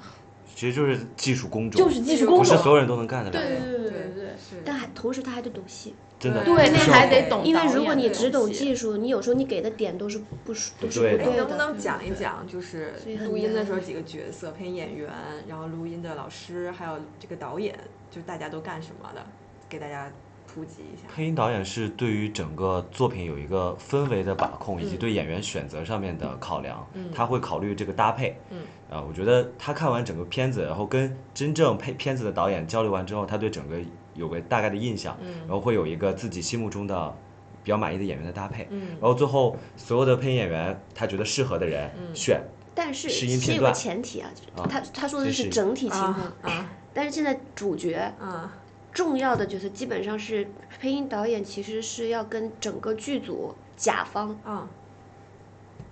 Speaker 8: 其实就是技术工种，
Speaker 9: 就是技术
Speaker 8: 不
Speaker 9: 工
Speaker 8: 是
Speaker 9: 种。
Speaker 8: 所有人都能干得了的，
Speaker 9: 对对对对
Speaker 7: 嗯对
Speaker 9: 对，
Speaker 7: 是，
Speaker 10: 但还同时他还得懂戏，
Speaker 8: 真的。
Speaker 9: 对那
Speaker 8: 是
Speaker 9: 还
Speaker 8: 要
Speaker 9: 得懂
Speaker 10: 因为如
Speaker 9: 导
Speaker 10: 果
Speaker 9: 演
Speaker 10: 你
Speaker 9: 的
Speaker 10: 只
Speaker 9: 东
Speaker 10: 懂
Speaker 9: 西
Speaker 10: 技术，你有时候你给的点都是不是都是
Speaker 8: 对
Speaker 10: 不
Speaker 8: 的
Speaker 10: 对
Speaker 7: 哎能不
Speaker 10: 的。
Speaker 7: 能讲一讲，就是
Speaker 10: 所以很
Speaker 7: 录音的
Speaker 10: 难
Speaker 7: 时候几个角色，配音演员，然后录音的老师，还有这个导演，就是大家都干什么的，给大家普及一下。
Speaker 8: 配音导演是对于整个作品有一个氛围的把控，以及对演员选择上面的考量，他会考虑这个搭配。
Speaker 7: 嗯，
Speaker 8: 啊，我觉得他看完整个片子，然后跟真正配片子的导演交流完之后，他对整个有个大概的印
Speaker 7: 嗯
Speaker 8: 象，然后会有一个自己心目中的比较满意的演员的搭配。
Speaker 7: 嗯
Speaker 8: 然后最后所有的配音演员他觉得适合的人选，
Speaker 10: 但是
Speaker 8: 试音
Speaker 10: 是
Speaker 8: 片
Speaker 10: 有个
Speaker 8: 段
Speaker 10: 前提啊，就是
Speaker 8: 啊
Speaker 10: 他他说的
Speaker 8: 这
Speaker 10: 是
Speaker 8: 是
Speaker 10: 整体情况，
Speaker 7: 啊啊
Speaker 10: 但是现在主角
Speaker 7: 啊
Speaker 10: 重要的角色基本上是配音导演，其实是要跟整个剧组甲方
Speaker 7: 啊，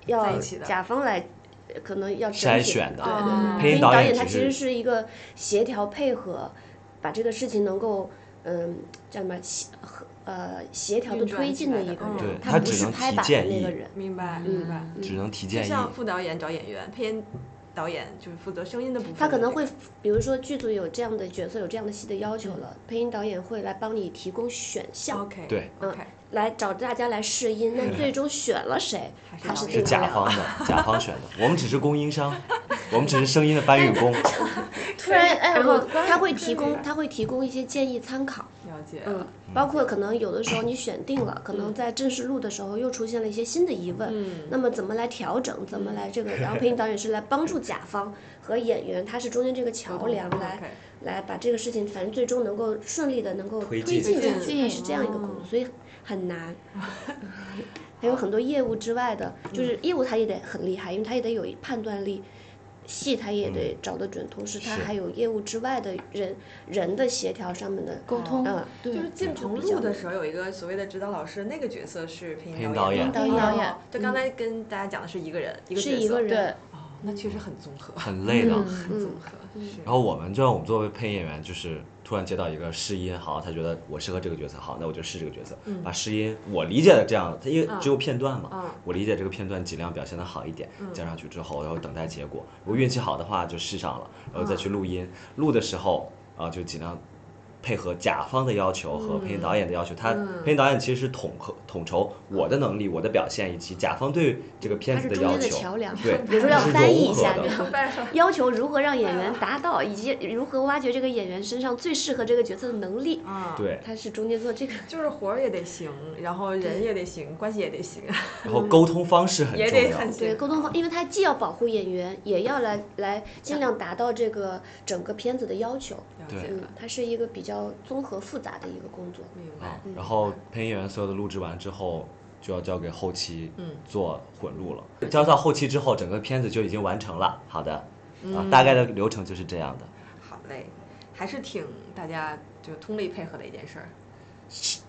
Speaker 7: 在
Speaker 10: 要
Speaker 7: 一起的
Speaker 10: 甲方来，呃可能要整
Speaker 8: 筛
Speaker 10: 体
Speaker 8: 选的
Speaker 10: 对对
Speaker 7: 哦
Speaker 9: 啊嗯
Speaker 7: 配
Speaker 10: 对，配
Speaker 8: 音
Speaker 10: 音
Speaker 8: 导演
Speaker 10: 演
Speaker 8: 只
Speaker 10: 他其实
Speaker 8: 是
Speaker 10: 是一个协调配合，把这个事情能够嗯叫什么协和呃协调的
Speaker 7: 运转
Speaker 10: 推
Speaker 7: 起
Speaker 10: 进的
Speaker 7: 来的
Speaker 10: 一个
Speaker 7: 嗯
Speaker 8: 对
Speaker 10: 人，
Speaker 8: 他
Speaker 10: 不
Speaker 8: 只
Speaker 10: 是
Speaker 8: 能
Speaker 10: 拍
Speaker 8: 提
Speaker 10: 板的
Speaker 8: 建
Speaker 10: 那个
Speaker 8: 议
Speaker 10: 人。
Speaker 7: 明白
Speaker 10: 嗯
Speaker 7: 明白。
Speaker 8: 只能提
Speaker 7: 就
Speaker 8: 建议。
Speaker 7: 像副导演找演员，配音导演就是负责声音的部分的这
Speaker 10: 他
Speaker 7: 个。
Speaker 10: 可能会，比如说剧组有这样的角色，有这样的戏的要求了，配音导演会来帮你提供选
Speaker 7: 嗯
Speaker 10: 项，
Speaker 7: OK 嗯
Speaker 8: 对
Speaker 7: OK
Speaker 10: 来找大家来试音。那最终选了谁，他
Speaker 7: 还是
Speaker 10: 是
Speaker 7: 导
Speaker 10: 定
Speaker 8: 是
Speaker 7: 演
Speaker 10: 不
Speaker 8: 甲
Speaker 10: 了
Speaker 8: 方的，甲方选的，我们只是供应商，我们只是声音的搬运工。
Speaker 10: 突然，
Speaker 9: 哎
Speaker 10: 然后
Speaker 9: 我刚
Speaker 10: 他会
Speaker 9: 刚
Speaker 10: 提
Speaker 9: 看见
Speaker 10: 供
Speaker 9: 了
Speaker 10: 他会提供一些建议参考，
Speaker 7: 了解
Speaker 10: 嗯
Speaker 7: 了。，
Speaker 10: 包括可能有的时候你选定了，可能在正式录的时候又出现了一些新的疑问，
Speaker 7: 嗯
Speaker 10: 那么怎么来调整，怎么来这个，然后配音导演是来帮助甲方和演员，他是中间这个桥梁，来
Speaker 7: OK
Speaker 10: 来把这个事情，反正最终能够顺利的能够
Speaker 8: 推
Speaker 10: 推
Speaker 8: 进
Speaker 10: 进下
Speaker 9: 推
Speaker 10: 去，
Speaker 9: 进嗯
Speaker 10: 它是这样一个工作，所以很 难。还有很多业务之外的，
Speaker 9: 嗯
Speaker 10: 就是业务他也得很厉害，因为他也得有一判断力，戏他也得找得准，同时他
Speaker 8: 嗯是
Speaker 10: 还有业务之外的人人的协调上面的
Speaker 9: 沟通
Speaker 10: 嗯，
Speaker 9: 对，
Speaker 7: 就是进棚录的时候有一个所谓的指导老师，那个角色是配音
Speaker 8: 配音
Speaker 7: 导
Speaker 8: 导
Speaker 7: 演
Speaker 8: 演
Speaker 7: 吗。
Speaker 9: 配音导演
Speaker 7: 哦就刚才跟大家讲的是一个人，一个
Speaker 10: 嗯是
Speaker 7: 角
Speaker 10: 一
Speaker 7: 色
Speaker 10: 个人
Speaker 9: 对，
Speaker 7: 哦，那确实很综合，
Speaker 8: 很累的。
Speaker 9: 嗯
Speaker 7: 很综合。是
Speaker 8: 然后我们就像我们作为配音演员，就是突然接到一个试音，好，他觉得我适合这个角色，好，那我就试这个角色，
Speaker 10: 嗯
Speaker 8: 把试音我理解的这样，他因为只有片段嘛，
Speaker 7: 嗯
Speaker 8: 我理解这个片段尽量表现的好一点，
Speaker 10: 嗯
Speaker 8: 加上去之后，然后等待结果，如果运气好的话就试上了，然后再去录
Speaker 10: 嗯
Speaker 8: 音，录的时候啊就尽量。配合甲方的要求和配音导演的要求，他
Speaker 10: 嗯
Speaker 8: 配音导演其实是统合统筹我的能力、我的表现以及甲方对这个片
Speaker 10: 它
Speaker 8: 子
Speaker 10: 是中
Speaker 8: 要
Speaker 10: 间的
Speaker 8: 求，
Speaker 10: 桥梁，
Speaker 8: 对，
Speaker 10: 比如说要
Speaker 8: 它是
Speaker 10: 翻译
Speaker 8: 融
Speaker 10: 一
Speaker 8: 合
Speaker 10: 下
Speaker 8: 的，
Speaker 10: 然后 要求如何让演员达到，以及如何挖掘这个演员身上最适合这个角色的能力，
Speaker 7: 啊，，
Speaker 8: 对，
Speaker 10: 它是中间做这个。
Speaker 7: 就是活儿也得行，然后人也得行，关系也得行，
Speaker 8: 然后沟通方式很
Speaker 7: 也
Speaker 8: 重
Speaker 7: 得
Speaker 8: 要
Speaker 7: 很，行。
Speaker 10: 对沟通方，因为他既要保护演员，也要来来尽量达到这个整个片子的要求。
Speaker 7: 了
Speaker 8: 对
Speaker 7: 解
Speaker 10: 嗯
Speaker 7: 了，，
Speaker 10: 它是一个比较综合复杂的一个工作。
Speaker 7: 明
Speaker 8: 啊
Speaker 7: 白。，
Speaker 10: 嗯
Speaker 8: 然后配音演员所有的录制完之后，就要交给后期
Speaker 7: 嗯
Speaker 8: 做混录了。交到后期之后，整个片子就已经完成了。好的，
Speaker 10: 嗯
Speaker 8: 啊，大概的流程就是这样的。
Speaker 7: 好嘞，还是挺大家就通力配合的一件事儿。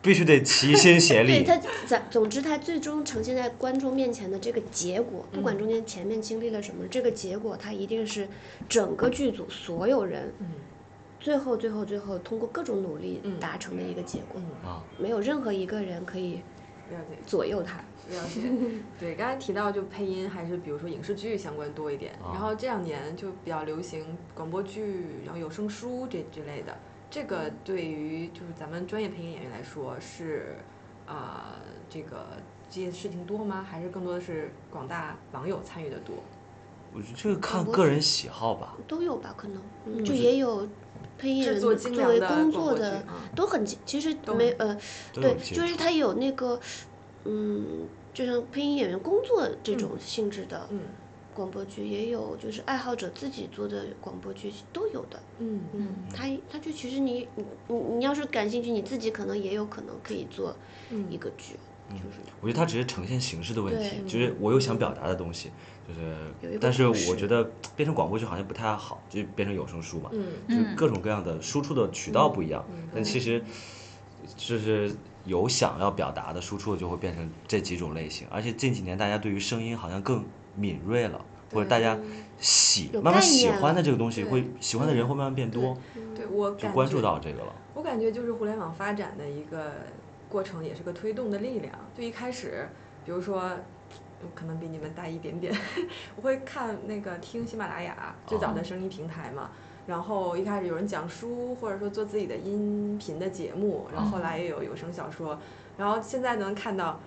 Speaker 8: 必须得齐心协
Speaker 10: 对
Speaker 8: 力
Speaker 10: 它，，咱总之它最终呈现在观众面前的这个结果，不
Speaker 7: 嗯
Speaker 10: 管中间前面经历了什么，这个结果它一定是整个剧组所有人
Speaker 7: 嗯
Speaker 10: 最后最后最后通过各种努力
Speaker 7: 嗯
Speaker 10: 达成的一个结果，
Speaker 7: 嗯，
Speaker 8: 啊，
Speaker 10: 没有任何一个人可以
Speaker 7: 了解。
Speaker 10: 左右它。
Speaker 7: 了解，对，刚才提到就配音还是比如说影视剧相关多一点，
Speaker 8: 啊
Speaker 7: 然后这两年就比较流行广播剧，然后有声书这之类的。这个对于就是咱们专业配音演员来说是，啊、这个这些事情多吗？还是更多的是广大网友参与的多？
Speaker 8: 我觉得这个看个人喜好吧。
Speaker 10: 都有吧，可能，
Speaker 7: 嗯
Speaker 10: 就也有配音
Speaker 7: 制
Speaker 10: 人
Speaker 7: 作
Speaker 10: 作
Speaker 7: 精良
Speaker 10: 为
Speaker 7: 的
Speaker 10: 工
Speaker 7: 广播
Speaker 10: 作
Speaker 7: 剧
Speaker 10: 的
Speaker 7: 啊
Speaker 10: 都很精，其实
Speaker 7: 都
Speaker 10: 没
Speaker 7: 很
Speaker 10: 呃，
Speaker 8: 都
Speaker 10: 对
Speaker 8: 有，接
Speaker 10: 就是
Speaker 8: 触
Speaker 10: 他有那个，嗯，就像配音演员工作这种性质的
Speaker 7: 嗯
Speaker 10: 广播剧，也有就是爱好者自己做的广播剧都有的。
Speaker 7: 嗯
Speaker 10: 嗯，他他就其实你你你你要是感兴趣，你自己可能也有可能可以做
Speaker 7: 嗯
Speaker 10: 一个剧，就是
Speaker 8: 我觉得它只是呈现形式的问题，
Speaker 10: 对
Speaker 8: 就是我有想表达的东西，就
Speaker 10: 有
Speaker 8: 是，
Speaker 10: 一个
Speaker 8: 但是
Speaker 10: 故事
Speaker 8: 我觉得变成广播剧好像不太好，就变成有声书嘛，就
Speaker 9: 嗯
Speaker 8: 各种各样的输出的渠道不一样，
Speaker 10: 嗯
Speaker 8: 但其实就是有想要表达的输出的就会变成这几种类型，而且近几年大家对于声音好像更敏锐了，或者大家喜
Speaker 10: 有
Speaker 8: 慢慢
Speaker 10: 概念
Speaker 8: 喜
Speaker 10: 了嗯
Speaker 8: 欢的这个东西
Speaker 7: 对
Speaker 8: 会喜欢的人会慢慢变多，
Speaker 7: 对我
Speaker 8: 就
Speaker 7: 感
Speaker 8: 关注
Speaker 7: 觉
Speaker 8: 到这个了。
Speaker 7: 我感觉就是互联网发展的一个过程，也是个推动的力量。就一开始，比如说，我可能比你们大一点 点，我会看那个听喜马拉雅最早的声音平台嘛。然后一开始有人讲书，或者说做自己的音频的节目，然后后来也有有声小说，然后现在能看到，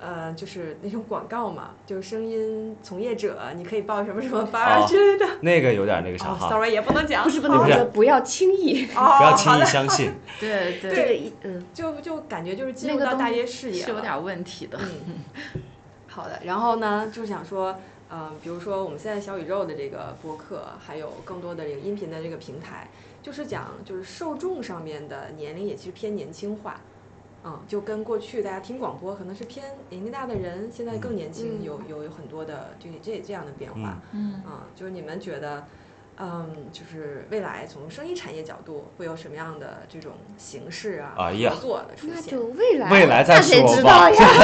Speaker 7: 呃，就是那种广告嘛，就是声音从业者，你可以报什么什么
Speaker 10: 啊
Speaker 7: 班儿
Speaker 8: 哦
Speaker 7: 之类的。
Speaker 8: 那个有点那个啥
Speaker 7: 哦
Speaker 8: 哈，
Speaker 7: ，sorry，也不能讲，
Speaker 10: 不是不
Speaker 7: 哦
Speaker 10: 能
Speaker 8: 不是
Speaker 10: 的，不要轻易
Speaker 7: 哦，
Speaker 8: 不要
Speaker 7: 好
Speaker 8: 轻易
Speaker 7: 的
Speaker 8: 相 信。
Speaker 9: 对对，
Speaker 10: 这个一嗯，
Speaker 7: 就就感觉就是进
Speaker 9: 那
Speaker 7: 入
Speaker 9: 个
Speaker 7: 到
Speaker 9: 东
Speaker 7: 大
Speaker 9: 西
Speaker 7: 爷视野
Speaker 9: 是有
Speaker 7: 了
Speaker 9: 点问题的。
Speaker 7: 嗯， 好的。然后呢，就是想说，呃，比如说我们现在小宇宙的这个播客，还有更多的这个音频的这个平台，就是讲就是受众上面的年龄也其实偏年轻化。嗯，就跟过去大家听广播可能是偏年纪大的人，现在更年轻，
Speaker 10: 嗯
Speaker 7: 有有有很多的这这这样的变化。
Speaker 9: 嗯
Speaker 7: 就是你们觉得，嗯，就是未来从生意产业角度会有什么样的这种形式啊、
Speaker 8: 哎呀
Speaker 7: 合作的出
Speaker 10: 那
Speaker 7: 现
Speaker 10: 就？未来
Speaker 8: 未来再
Speaker 10: 那谁
Speaker 8: 说
Speaker 10: 知
Speaker 8: 吧
Speaker 10: 道呀？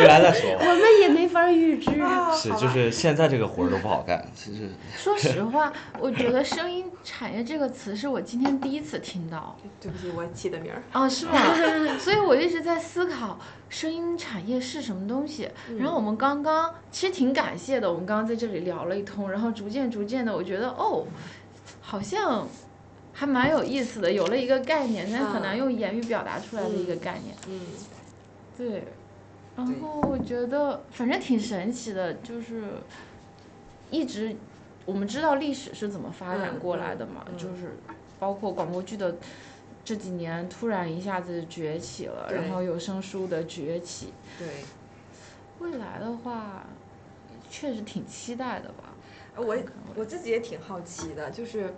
Speaker 8: 未来再说吧。
Speaker 10: 我们也没法预知啊。
Speaker 8: 是，就是现在这个活儿都不好干，其实
Speaker 9: 说实话，我觉得“声音产业”这个词是我今天第一次听到。
Speaker 7: 对不起，我起的名儿。
Speaker 9: 哦，是吗？所以我一直在思考声音产业是什么东西。
Speaker 7: 嗯
Speaker 9: 然后我们刚刚其实挺感谢的，我们刚刚在这里聊了一通，然后逐渐逐渐的，我觉得哦，好像还蛮有意思的，有了一个概念，但很难
Speaker 7: 嗯
Speaker 9: 用言语表达出来的一个概念。
Speaker 7: 嗯，
Speaker 9: 对，然后我觉得反正挺神奇的，就是一直我们知道历史是怎么发展
Speaker 7: 嗯
Speaker 9: 过
Speaker 7: 嗯
Speaker 9: 来的嘛，
Speaker 7: 嗯
Speaker 9: 就是包括广播剧的这几年突然一下子崛起了，
Speaker 7: 对
Speaker 9: 然后有声书的崛起，
Speaker 7: 对。
Speaker 9: 未来的话确实挺期待的吧。
Speaker 7: 呃我也我自己也挺好奇的，就是，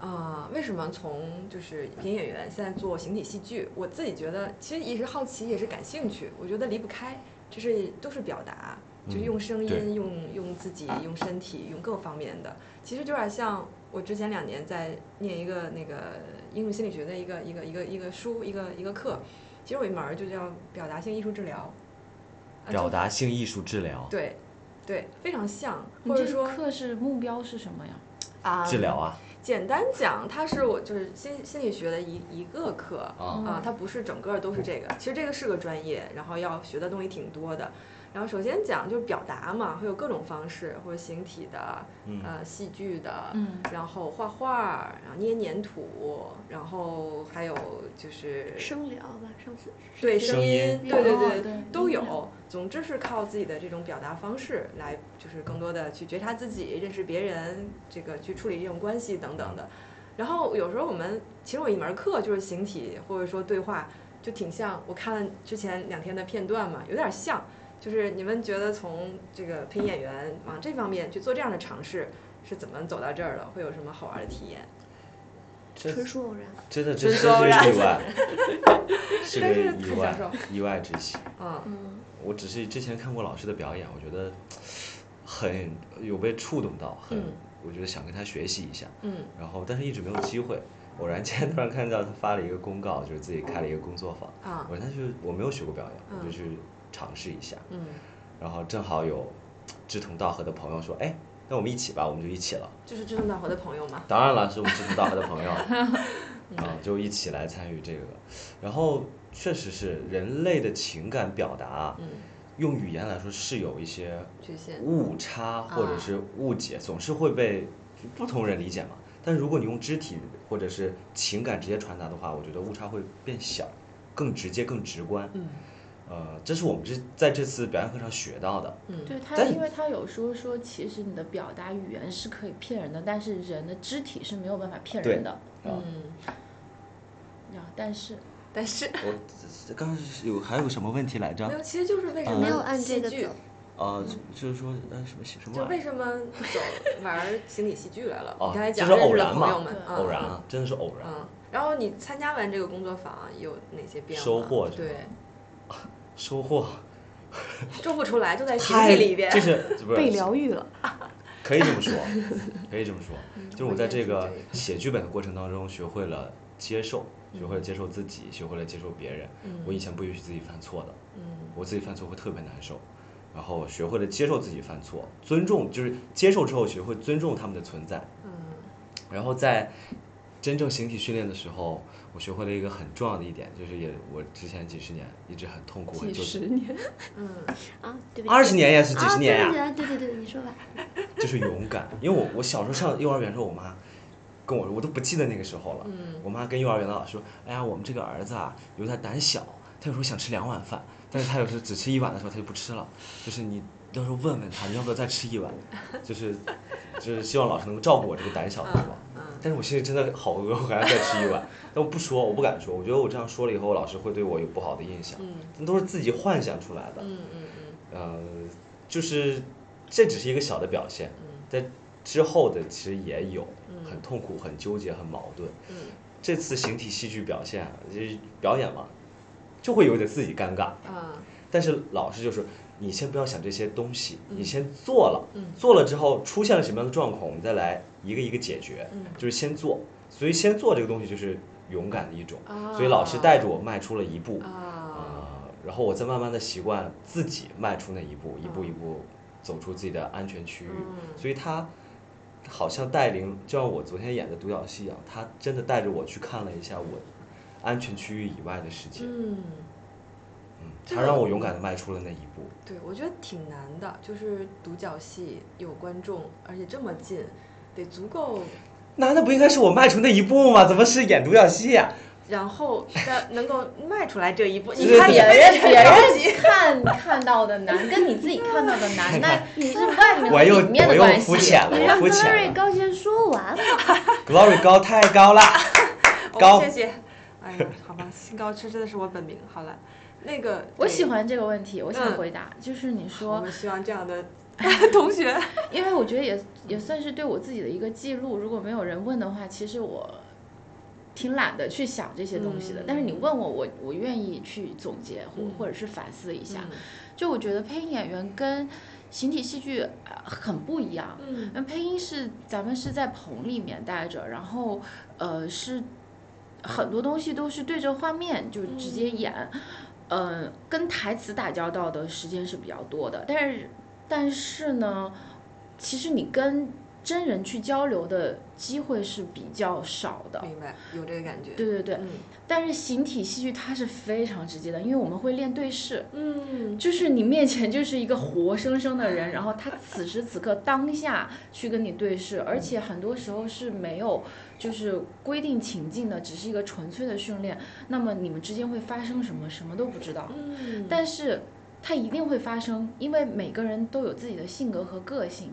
Speaker 7: 啊、为什么从就是影评演员现在做形体戏剧？我自己觉得其实也是好奇，也是感兴趣，我觉得离不开，就是都是表达，就是
Speaker 8: 嗯
Speaker 7: 用声音、
Speaker 8: 对
Speaker 7: 用用自己、用身体、用各方面的，其实有点像我之前两年在念一个那个应用心理学的一个一个一个一个书一个一个课，其实有一门儿就叫表达性艺术治疗，啊
Speaker 8: 表
Speaker 7: 就
Speaker 8: 达性艺术治疗，
Speaker 7: 对对非常像，
Speaker 9: 你
Speaker 7: 或者
Speaker 9: 这
Speaker 7: 说
Speaker 9: 课是目标是什么呀？
Speaker 7: 啊
Speaker 8: 治疗啊，
Speaker 7: 简单讲，它是我就是心心理学的一一个课
Speaker 8: 啊
Speaker 7: 啊，它不是整个都是这个。其实这个是个专业，然后要学的东西挺多的。然后首先讲就是表达嘛，会有各种方式，或者形体的，
Speaker 8: 嗯
Speaker 7: 呃，戏剧的，
Speaker 9: 嗯
Speaker 7: 然后画画，然后捏粘土，然后还有就是
Speaker 10: 生聊吧，上次
Speaker 7: 对
Speaker 10: 是
Speaker 7: 声
Speaker 8: 声
Speaker 7: 音
Speaker 8: 音，
Speaker 7: 对对
Speaker 9: 哦
Speaker 7: 对
Speaker 9: 对
Speaker 7: 都
Speaker 9: 音
Speaker 7: 有。总之是靠自己的这种表达方式来，就是更多的去觉察自己、认识别人，这个去处理这种关系等等的。然后有时候我们其中有一门课就是形体或者说对话，就挺像我看了之前两天的片段嘛，有点像。就是你们觉得从这个配音演员往这方面去做这样的尝试，是怎么走到这儿的？会有什么好玩的体验？
Speaker 8: 这
Speaker 10: 纯属偶然。
Speaker 8: 真的
Speaker 7: 纯
Speaker 8: 这
Speaker 7: 属
Speaker 8: 是个
Speaker 7: 偶然
Speaker 8: 意 外，是
Speaker 7: 但是
Speaker 8: 个
Speaker 7: 太
Speaker 8: 意
Speaker 7: 享
Speaker 8: 外
Speaker 7: 受
Speaker 8: 意外之喜。
Speaker 7: 嗯
Speaker 10: 嗯，
Speaker 8: 我只是之前看过老师的表演，我觉得很有被触动到，很、
Speaker 7: 嗯
Speaker 8: 我觉得想跟他学习一下，
Speaker 7: 嗯
Speaker 8: 然后但是一直没有机会。偶然间突然看到他发了一个公告，就是自己开了一个工作坊。
Speaker 7: 啊
Speaker 8: 我那就是我没有学过表演，我就
Speaker 7: 嗯
Speaker 8: 去尝试一下。
Speaker 7: 嗯，
Speaker 8: 然后正好有志同道合的朋友说，哎，那我们一起吧，我们就一起了。
Speaker 7: 就是志同道合的朋友嘛。
Speaker 8: 当然了，是我们志同道合的朋 友，啊，就一起来参与这个。然后确实是人类的情感表达，
Speaker 7: 嗯，
Speaker 8: 用语言来说是有一些
Speaker 7: 局限。
Speaker 8: 误差或者是误解，
Speaker 7: 嗯
Speaker 8: 总是会被不同人理解嘛。但如果你用肢体或者是情感直接传达的话，我觉得误差会变小，更直接、更直观。
Speaker 7: 嗯
Speaker 8: 呃，这是我们这在这次表演课上学到的。
Speaker 7: 嗯，
Speaker 9: 对他，
Speaker 8: 但
Speaker 9: 因为他有说说，其实你的表达语言是可以骗人的，但是人的肢体是没有办法骗
Speaker 8: 对
Speaker 9: 人的。
Speaker 8: 啊，
Speaker 7: 嗯，
Speaker 9: 然后，但是
Speaker 7: 但是
Speaker 8: 我这呃刚刚是有还有个什么问题来着
Speaker 7: 没？有，其实就是为什
Speaker 8: 啊
Speaker 7: 么
Speaker 10: 没有按这
Speaker 7: 戏
Speaker 10: 个
Speaker 7: 剧
Speaker 10: 走，
Speaker 8: 啊，就就是说呃什么什么
Speaker 7: 就
Speaker 8: 玩意儿
Speaker 7: 为什么不走玩心理戏剧来了？
Speaker 8: 哦
Speaker 7: 你刚才
Speaker 8: 这
Speaker 7: 讲
Speaker 8: 是
Speaker 7: 认
Speaker 8: 偶
Speaker 7: 识的
Speaker 8: 然
Speaker 7: 朋
Speaker 8: 嘛
Speaker 7: 友们，嗯
Speaker 8: 偶然啊，真的是偶然。
Speaker 7: 嗯。然后你参加完这个工作坊啊有哪些变化？
Speaker 8: 收获是
Speaker 7: 对，
Speaker 8: 收获
Speaker 7: 说不出来，就在形
Speaker 8: 太
Speaker 7: 体里边。
Speaker 8: 就是 不
Speaker 10: 被
Speaker 8: 是
Speaker 10: 疗愈了。 嗯
Speaker 8: 可以这 么说，可以这么说，就是我在这
Speaker 7: 我
Speaker 8: 个
Speaker 7: 也是这嗯
Speaker 8: 写剧本的过程当中，学会了接受，学会了接受自己，学会了接受别人。我以前不允许自己犯错的，
Speaker 7: 嗯
Speaker 8: 我自己犯错会特别难受。然后学会了接受自己犯错，尊重就是接受之后学会尊重他们的存在。
Speaker 7: 嗯
Speaker 8: 然后在真正形体训练的时候，我学会了一个很重要的一点，就是也我之前几十年一直很痛苦，很纠结
Speaker 10: 年
Speaker 7: 嗯
Speaker 10: 啊，对不起。
Speaker 8: 二十年也是几十年呀、
Speaker 10: 啊，对对对对，你说吧。
Speaker 8: 就是勇敢。因为我我小时候上幼儿园的时候，我妈跟我说，我都不记得那个时候了。
Speaker 7: 嗯
Speaker 8: 我妈跟幼儿园的老师说：“哎呀，我们这个儿子啊，有点胆小，他有时候想吃两碗饭，但是他有时候只吃一碗的时候，他就不吃了。就是你到时候问问他，你要不要再吃 一碗？就是就是希望老师能够照顾我这个胆小的地方。
Speaker 7: 嗯嗯
Speaker 8: 但是我现在真的好饿，我还要再吃一碗，但我不说，我不敢说，我觉得我这样说了以后，老师会对我有不好的印象。
Speaker 7: 嗯
Speaker 8: 那都是自己幻想出来的。
Speaker 7: 嗯嗯嗯
Speaker 8: 呃，就是这只是一个小的表现，
Speaker 7: 嗯
Speaker 8: 在之后的其实也有很痛苦、很纠结、很矛盾。
Speaker 7: 嗯
Speaker 8: 啊这次形体戏剧表现就是表演嘛，就会有点自己尴尬。
Speaker 7: 啊，
Speaker 8: 但是老师就是你先不要想这些东西，
Speaker 7: 嗯
Speaker 8: 你先做了，
Speaker 7: 嗯
Speaker 8: 做了之后出现了什么样的状况，我们再来一个一个解决，
Speaker 7: 嗯
Speaker 8: 就是先做。所以先做这个东西就是勇敢的一种，
Speaker 7: 啊
Speaker 8: 所以老师带着我迈出了一步，
Speaker 7: 啊，
Speaker 8: 呃然后我再慢慢的习惯自己迈出那一步，一步一步走出自己的安全区域，
Speaker 7: 嗯
Speaker 8: 所以他。好像带领，就像我昨天演的独角戏一样，他真的带着我去看了一下我安全区域以外的世界，
Speaker 7: 嗯，
Speaker 8: 嗯，
Speaker 7: 这
Speaker 8: 他
Speaker 7: 个
Speaker 8: 让我勇敢的迈出了那一步。
Speaker 7: 对，我觉得挺难的，就是独角戏有观众，而且这么近，得足够，
Speaker 8: 那那不应该是我迈出那一步吗？怎么是演独角戏啊呀、
Speaker 7: 然后再能够迈出来这一步。你
Speaker 8: 对
Speaker 7: 看
Speaker 8: 对
Speaker 9: 别
Speaker 7: 别
Speaker 9: 人
Speaker 7: 人，
Speaker 9: 别人看看到的难，跟你自己看到的 难，那是外面
Speaker 8: 我又
Speaker 9: 和里面
Speaker 8: 我
Speaker 9: 的
Speaker 8: 又
Speaker 9: 关系。
Speaker 8: 肤浅了，
Speaker 10: 你让
Speaker 8: 我肤浅
Speaker 10: Glory
Speaker 8: 了。
Speaker 10: 高先说完了。
Speaker 8: Glory 高太高了，
Speaker 7: 哦
Speaker 8: 高
Speaker 7: 谢谢。哎呀，好吧，心高这真的是我本名。好了，那个
Speaker 9: 我
Speaker 7: 对
Speaker 9: 喜欢这个问题，我想
Speaker 7: 嗯
Speaker 9: 回答，就是你
Speaker 7: 我
Speaker 9: 说
Speaker 7: 们希望这样的 同学。
Speaker 9: 因为我觉得也也算是对我自己的一个记录。如果没有人问的话，其实我挺懒得去想这些东西的。
Speaker 7: 嗯
Speaker 9: 但是你问我，我我愿意去总结或、
Speaker 7: 嗯
Speaker 9: 或者是反思一下。
Speaker 7: 嗯
Speaker 9: 就我觉得配音演员跟形体戏剧呃很不一样。
Speaker 7: 嗯
Speaker 9: 那配音是咱们是在棚里面待着，然后呃是很多东西都是对着画面就直接演，嗯、呃，跟台词打交道的时间是比较多的，但是但是呢，其实你跟真人去交流的机会是比较少的。
Speaker 7: 明白，有这个感觉。
Speaker 9: 对对对，
Speaker 7: 嗯
Speaker 9: 但是形体戏剧它是非常直接的，因为我们会练对视，
Speaker 7: 嗯，
Speaker 9: 就是你面前就是一个活生生的人，然后他此时此刻当下去跟你对视，而且很多时候是没有就是规定情境的，只是一个纯粹的训练。那么你们之间会发生什么，什么都不知道，
Speaker 7: 嗯
Speaker 9: 但是它一定会发生，因为每个人都有自己的性格和个性。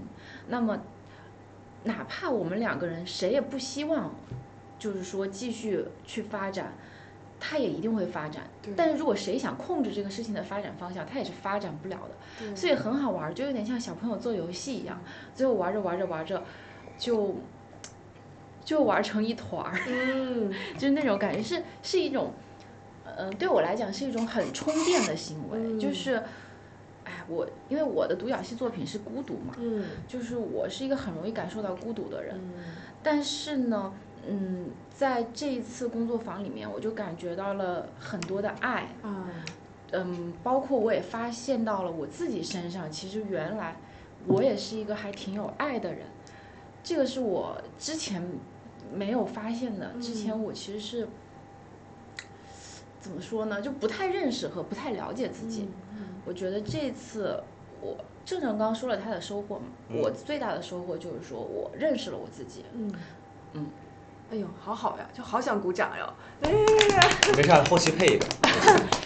Speaker 9: 那么，哪怕我们两个人谁也不希望，就是说继续去发展。它也一定会发展
Speaker 7: 对，
Speaker 9: 但是如果谁想控制这个事情的发展方向，它也是发展不了的。所以很好玩儿，就有点像小朋友做游戏一样，最后玩着玩着玩着，就就玩成一团儿，
Speaker 7: 嗯
Speaker 9: 就是那种感觉是是一种，嗯、对我来讲是一种很充电的行为，
Speaker 7: 嗯
Speaker 9: 就是，哎，我因为我的独角戏作品是孤独嘛，
Speaker 7: 嗯
Speaker 9: 就是我是一个很容易感受到孤独的人，
Speaker 7: 嗯
Speaker 9: 但是呢，嗯，在这一次工作坊里面，我就感觉到了很多的爱，
Speaker 7: 啊
Speaker 9: 嗯，包括我也发现到了我自己身上，其实原来我也是一个还挺有爱的人，这个是我之前没有发现的。之前
Speaker 7: 嗯
Speaker 9: 我其实是怎么说呢，就不太认识和不太了解自己。
Speaker 7: 嗯
Speaker 9: 我觉得这次我郑郑刚说了他的收获嘛，
Speaker 8: 嗯
Speaker 9: 我最大的收获就是说我认识了我自己。
Speaker 7: 嗯
Speaker 9: 嗯，
Speaker 7: 哎呦，好好呀，就好想鼓掌呀。哎，
Speaker 8: 没事儿，后期配一个。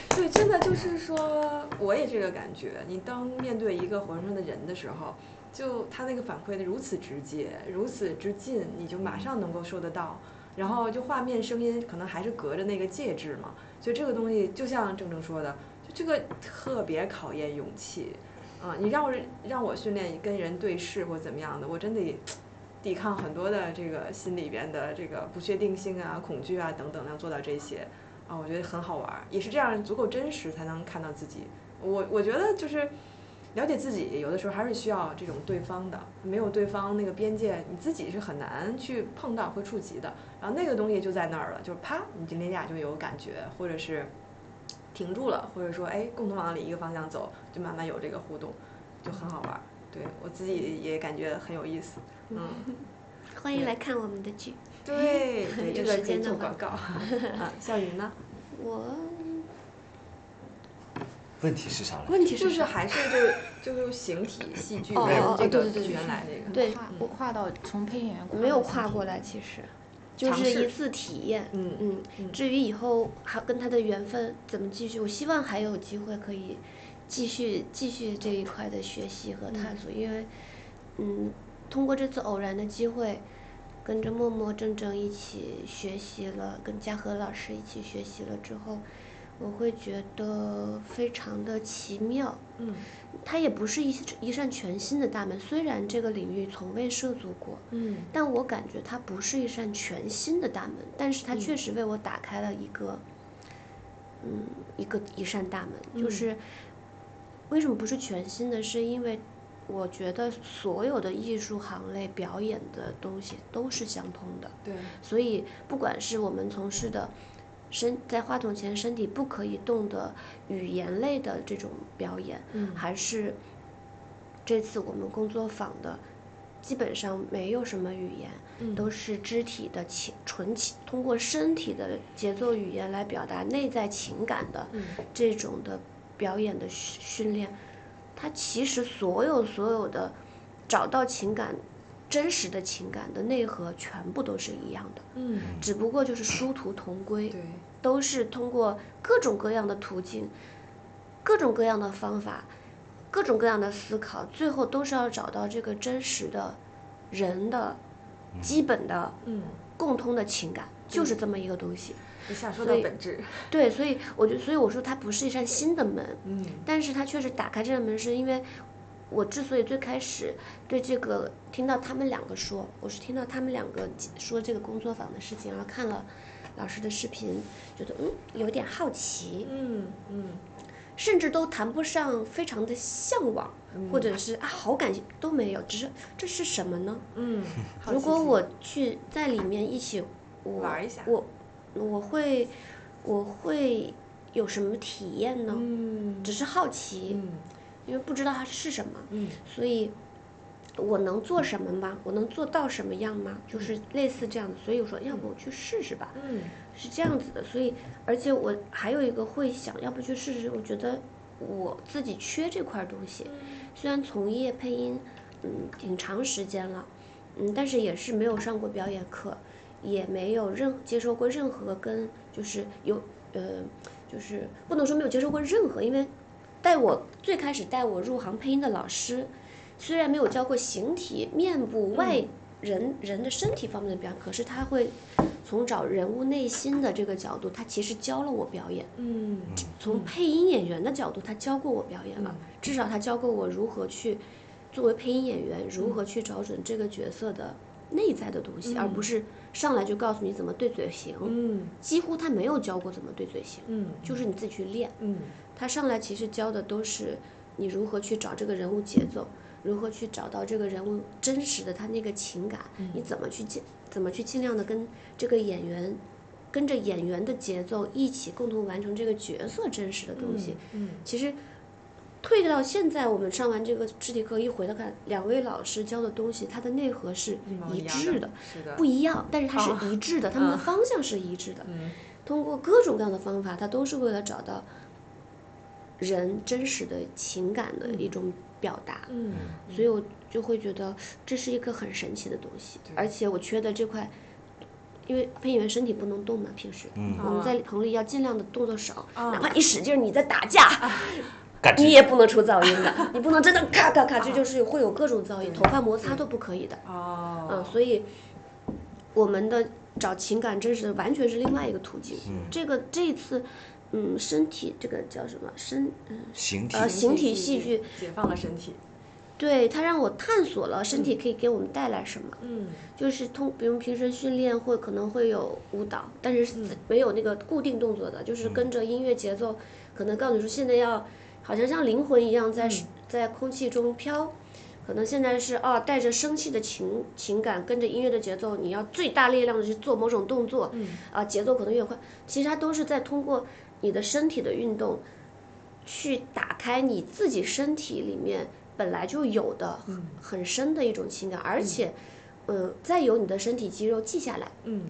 Speaker 7: 对，真的就是说，我也这个感觉。你当面对一个活生生的人的时候，就他那个反馈的如此直接，如此之近，你就马上能够收得到。然后就画面、声音，可能还是隔着那个介质嘛。所以这个东西，就像正正说的，就这个特别考验勇气。啊，你让我让我训练跟人对视或怎么样的，我真得抵抗很多的这个心里边的这个不确定性啊、恐惧啊等等，要做到这些啊，我觉得很好玩儿，也是这样足够真实才能看到自己。我我觉得就是了解自己，有的时候还是需要这种对方的，没有对方那个边界，你自己是很难去碰到和触及的。然后那个东西就在那儿了，就是啪，你就你俩就有感觉，或者是停住了，或者说哎，共同往里一个方向走，就慢慢有这个互动，就很好玩儿。对我自己也感觉很有意思， 嗯，
Speaker 10: 欢迎来看我们的剧。
Speaker 7: 对，对， 这
Speaker 10: 有
Speaker 7: 个
Speaker 10: 时
Speaker 7: 可以
Speaker 10: 间的
Speaker 7: 做
Speaker 10: 话
Speaker 7: 广告。啊，笑云呢？
Speaker 10: 我
Speaker 8: 问题是啥来着？
Speaker 10: 问题
Speaker 7: 就是是
Speaker 10: 啥？
Speaker 7: 还是就是就是形体戏剧
Speaker 10: 哦
Speaker 7: 跟
Speaker 10: 哦
Speaker 7: 这个
Speaker 9: 对对对对
Speaker 7: 原来那个
Speaker 10: 对，
Speaker 9: 跨
Speaker 7: 我
Speaker 9: 跨到从配音演员
Speaker 10: 没有跨过来，其实就
Speaker 7: 嗯尝
Speaker 10: 是
Speaker 7: 试
Speaker 10: 一次体验。
Speaker 7: 嗯
Speaker 10: 嗯
Speaker 7: 嗯，
Speaker 10: 至于以后还跟他的缘分怎么继续，我希望还有机会可以继续继续这一块的学习和探索，因为嗯，通过这次偶然的机会，跟着默默、正正一起学习了，跟嘉禾老师一起学习了之后，我会觉得非常的奇妙。
Speaker 7: 嗯
Speaker 10: 它也不是一一扇全新的大门，虽然这个领域从未涉足过，
Speaker 7: 嗯
Speaker 10: 但我感觉它不是一扇全新的大门，但是它
Speaker 7: 嗯
Speaker 10: 确实为我打开了一个嗯一个一扇大门，
Speaker 7: 嗯
Speaker 10: 就是为什么不是全新的？是因为我觉得所有的艺术行类表演的东西都是相通的，
Speaker 7: 对，
Speaker 10: 所以不管是我们从事的身在话筒前身体不可以动的语言类的这种表演，
Speaker 7: 嗯
Speaker 10: 还是这次我们工作坊的，基本上没有什么语言，
Speaker 7: 嗯
Speaker 10: 都是肢体的情纯情，通过身体的节奏语言来表达内在情感的
Speaker 7: 嗯
Speaker 10: 这种的表演的训训练，它其实所有所有的找到情感。真实的情感的内核全部都是一样的，
Speaker 7: 嗯
Speaker 10: 只不过就是殊途同归，
Speaker 7: 对，
Speaker 10: 都是通过各种各样的途径、各种各样的方法、各种各样的思考，最后都是要找到这个真实的人的基本的
Speaker 7: 嗯，
Speaker 10: 共通的情感，就是这么一个东西。
Speaker 7: 一下说
Speaker 10: 所
Speaker 7: 到
Speaker 10: 以
Speaker 7: 本质，
Speaker 10: 对，所以我觉得，所以我说它不是一扇新的门，
Speaker 7: 嗯
Speaker 10: 但是它确实打开这扇门，是因为我之所以最开始对这个听到他们两个说，我是听到他们两个说这个工作坊的事情，然后看了老师的视频，觉得嗯有点好奇，
Speaker 7: 嗯嗯，
Speaker 10: 甚至都谈不上非常的向往，或
Speaker 7: 嗯
Speaker 10: 者是啊好感都没有，只是这是什么呢？
Speaker 7: 嗯，好
Speaker 10: 如
Speaker 7: 奇
Speaker 10: 果
Speaker 7: 心
Speaker 10: 我去在里面一起我
Speaker 7: 玩一下
Speaker 10: 我我会我会有什么体验呢？
Speaker 7: 嗯
Speaker 10: 只是好奇，
Speaker 7: 嗯
Speaker 10: 因为不知道它是什么，
Speaker 7: 嗯
Speaker 10: 所以我能做什么吗？我能做到什么样吗？就是类似这样的，所以我说，要不我去试试吧，
Speaker 7: 嗯
Speaker 10: 是这样子的。所以，而且我还有一个会想，要不去试试？我觉得我自己缺这块东西，虽然从业配音，嗯，挺长时间了，嗯，但是也是没有上过表演课，也没有任接受过任何跟就是有呃，就是不能说没有接受过任何，因为带我最开始带我入行配音的老师，虽然没有教过形体、面
Speaker 7: 嗯
Speaker 10: 部、外人人的身体方面的表演，可是他会从找人物内心的这个角度，他其实教了我表演。
Speaker 7: 嗯
Speaker 10: 从配音演员的角度，他教过我表演了，至少他教过我如何去作为配音演员，
Speaker 7: 嗯
Speaker 10: 如何去找准这个角色的内在的东西，而不是上来就告诉你怎么对嘴型。
Speaker 7: 嗯
Speaker 10: 几乎他没有教过怎么对嘴型，
Speaker 7: 嗯
Speaker 10: 就是你自己去练。
Speaker 7: 嗯
Speaker 10: 他上来其实教的都是你如何去找这个人物节奏，如何去找到这个人物真实的他那个情感，
Speaker 7: 嗯
Speaker 10: 你怎么去尽怎么去尽量的跟这个演员，跟着演员的节奏一起共同完成这个角色真实的东西。
Speaker 7: 嗯
Speaker 10: 其实退到现在，我们上完这个肢体课一回头看，两位老师教的东西，它的内核是
Speaker 7: 一模
Speaker 10: 一
Speaker 7: 一样
Speaker 10: 致
Speaker 7: 的是的
Speaker 10: 不一样，但是它
Speaker 7: 啊
Speaker 10: 是一致的，他们的
Speaker 7: 啊
Speaker 10: 方向是一致的。
Speaker 7: 嗯
Speaker 10: 通过各种各样的方法，它都是为了找到人真实的情感的一种表达。
Speaker 7: 嗯，
Speaker 10: 所以我就会觉得这是一个很神奇的东西，而且我缺的这块，因为配音员身体不能动嘛，平时，
Speaker 8: 嗯
Speaker 10: 我们在棚里要尽量的动作少，
Speaker 7: 啊
Speaker 10: 哪怕一使劲儿你在打架，
Speaker 8: 感知
Speaker 10: 你也不能出噪音的，你不能真的咔咔咔，
Speaker 7: 啊
Speaker 10: 这就是会有各种噪音，头发摩擦都不可以的。
Speaker 7: 哦，
Speaker 10: 嗯，所以我们的找情感真实的完全是另外一个途径。这个这一次，嗯，身体这个叫什么身，嗯，
Speaker 8: 形体
Speaker 10: 呃，形体
Speaker 7: 戏
Speaker 10: 戏剧，
Speaker 7: 解放了身体，
Speaker 10: 对它让我探索了身体可以给我们带来什么。
Speaker 7: 嗯
Speaker 10: 就是通，比如平时训练会可能会有舞蹈，但是是没有那个固定动作的，就是跟着音乐节奏，可能告诉你说现在要，好像像灵魂一样在、在空气中飘，可能现在是啊带着生气的情情感，跟着音乐的节奏，你要最大力量的去做某种动作，
Speaker 7: 嗯
Speaker 10: 啊节奏可能越快，其实它都是在通过你的身体的运动，去打开你自己身体里面本来就有的很很深的一种情感，而且，呃，再由你的身体肌肉记下来。
Speaker 7: 嗯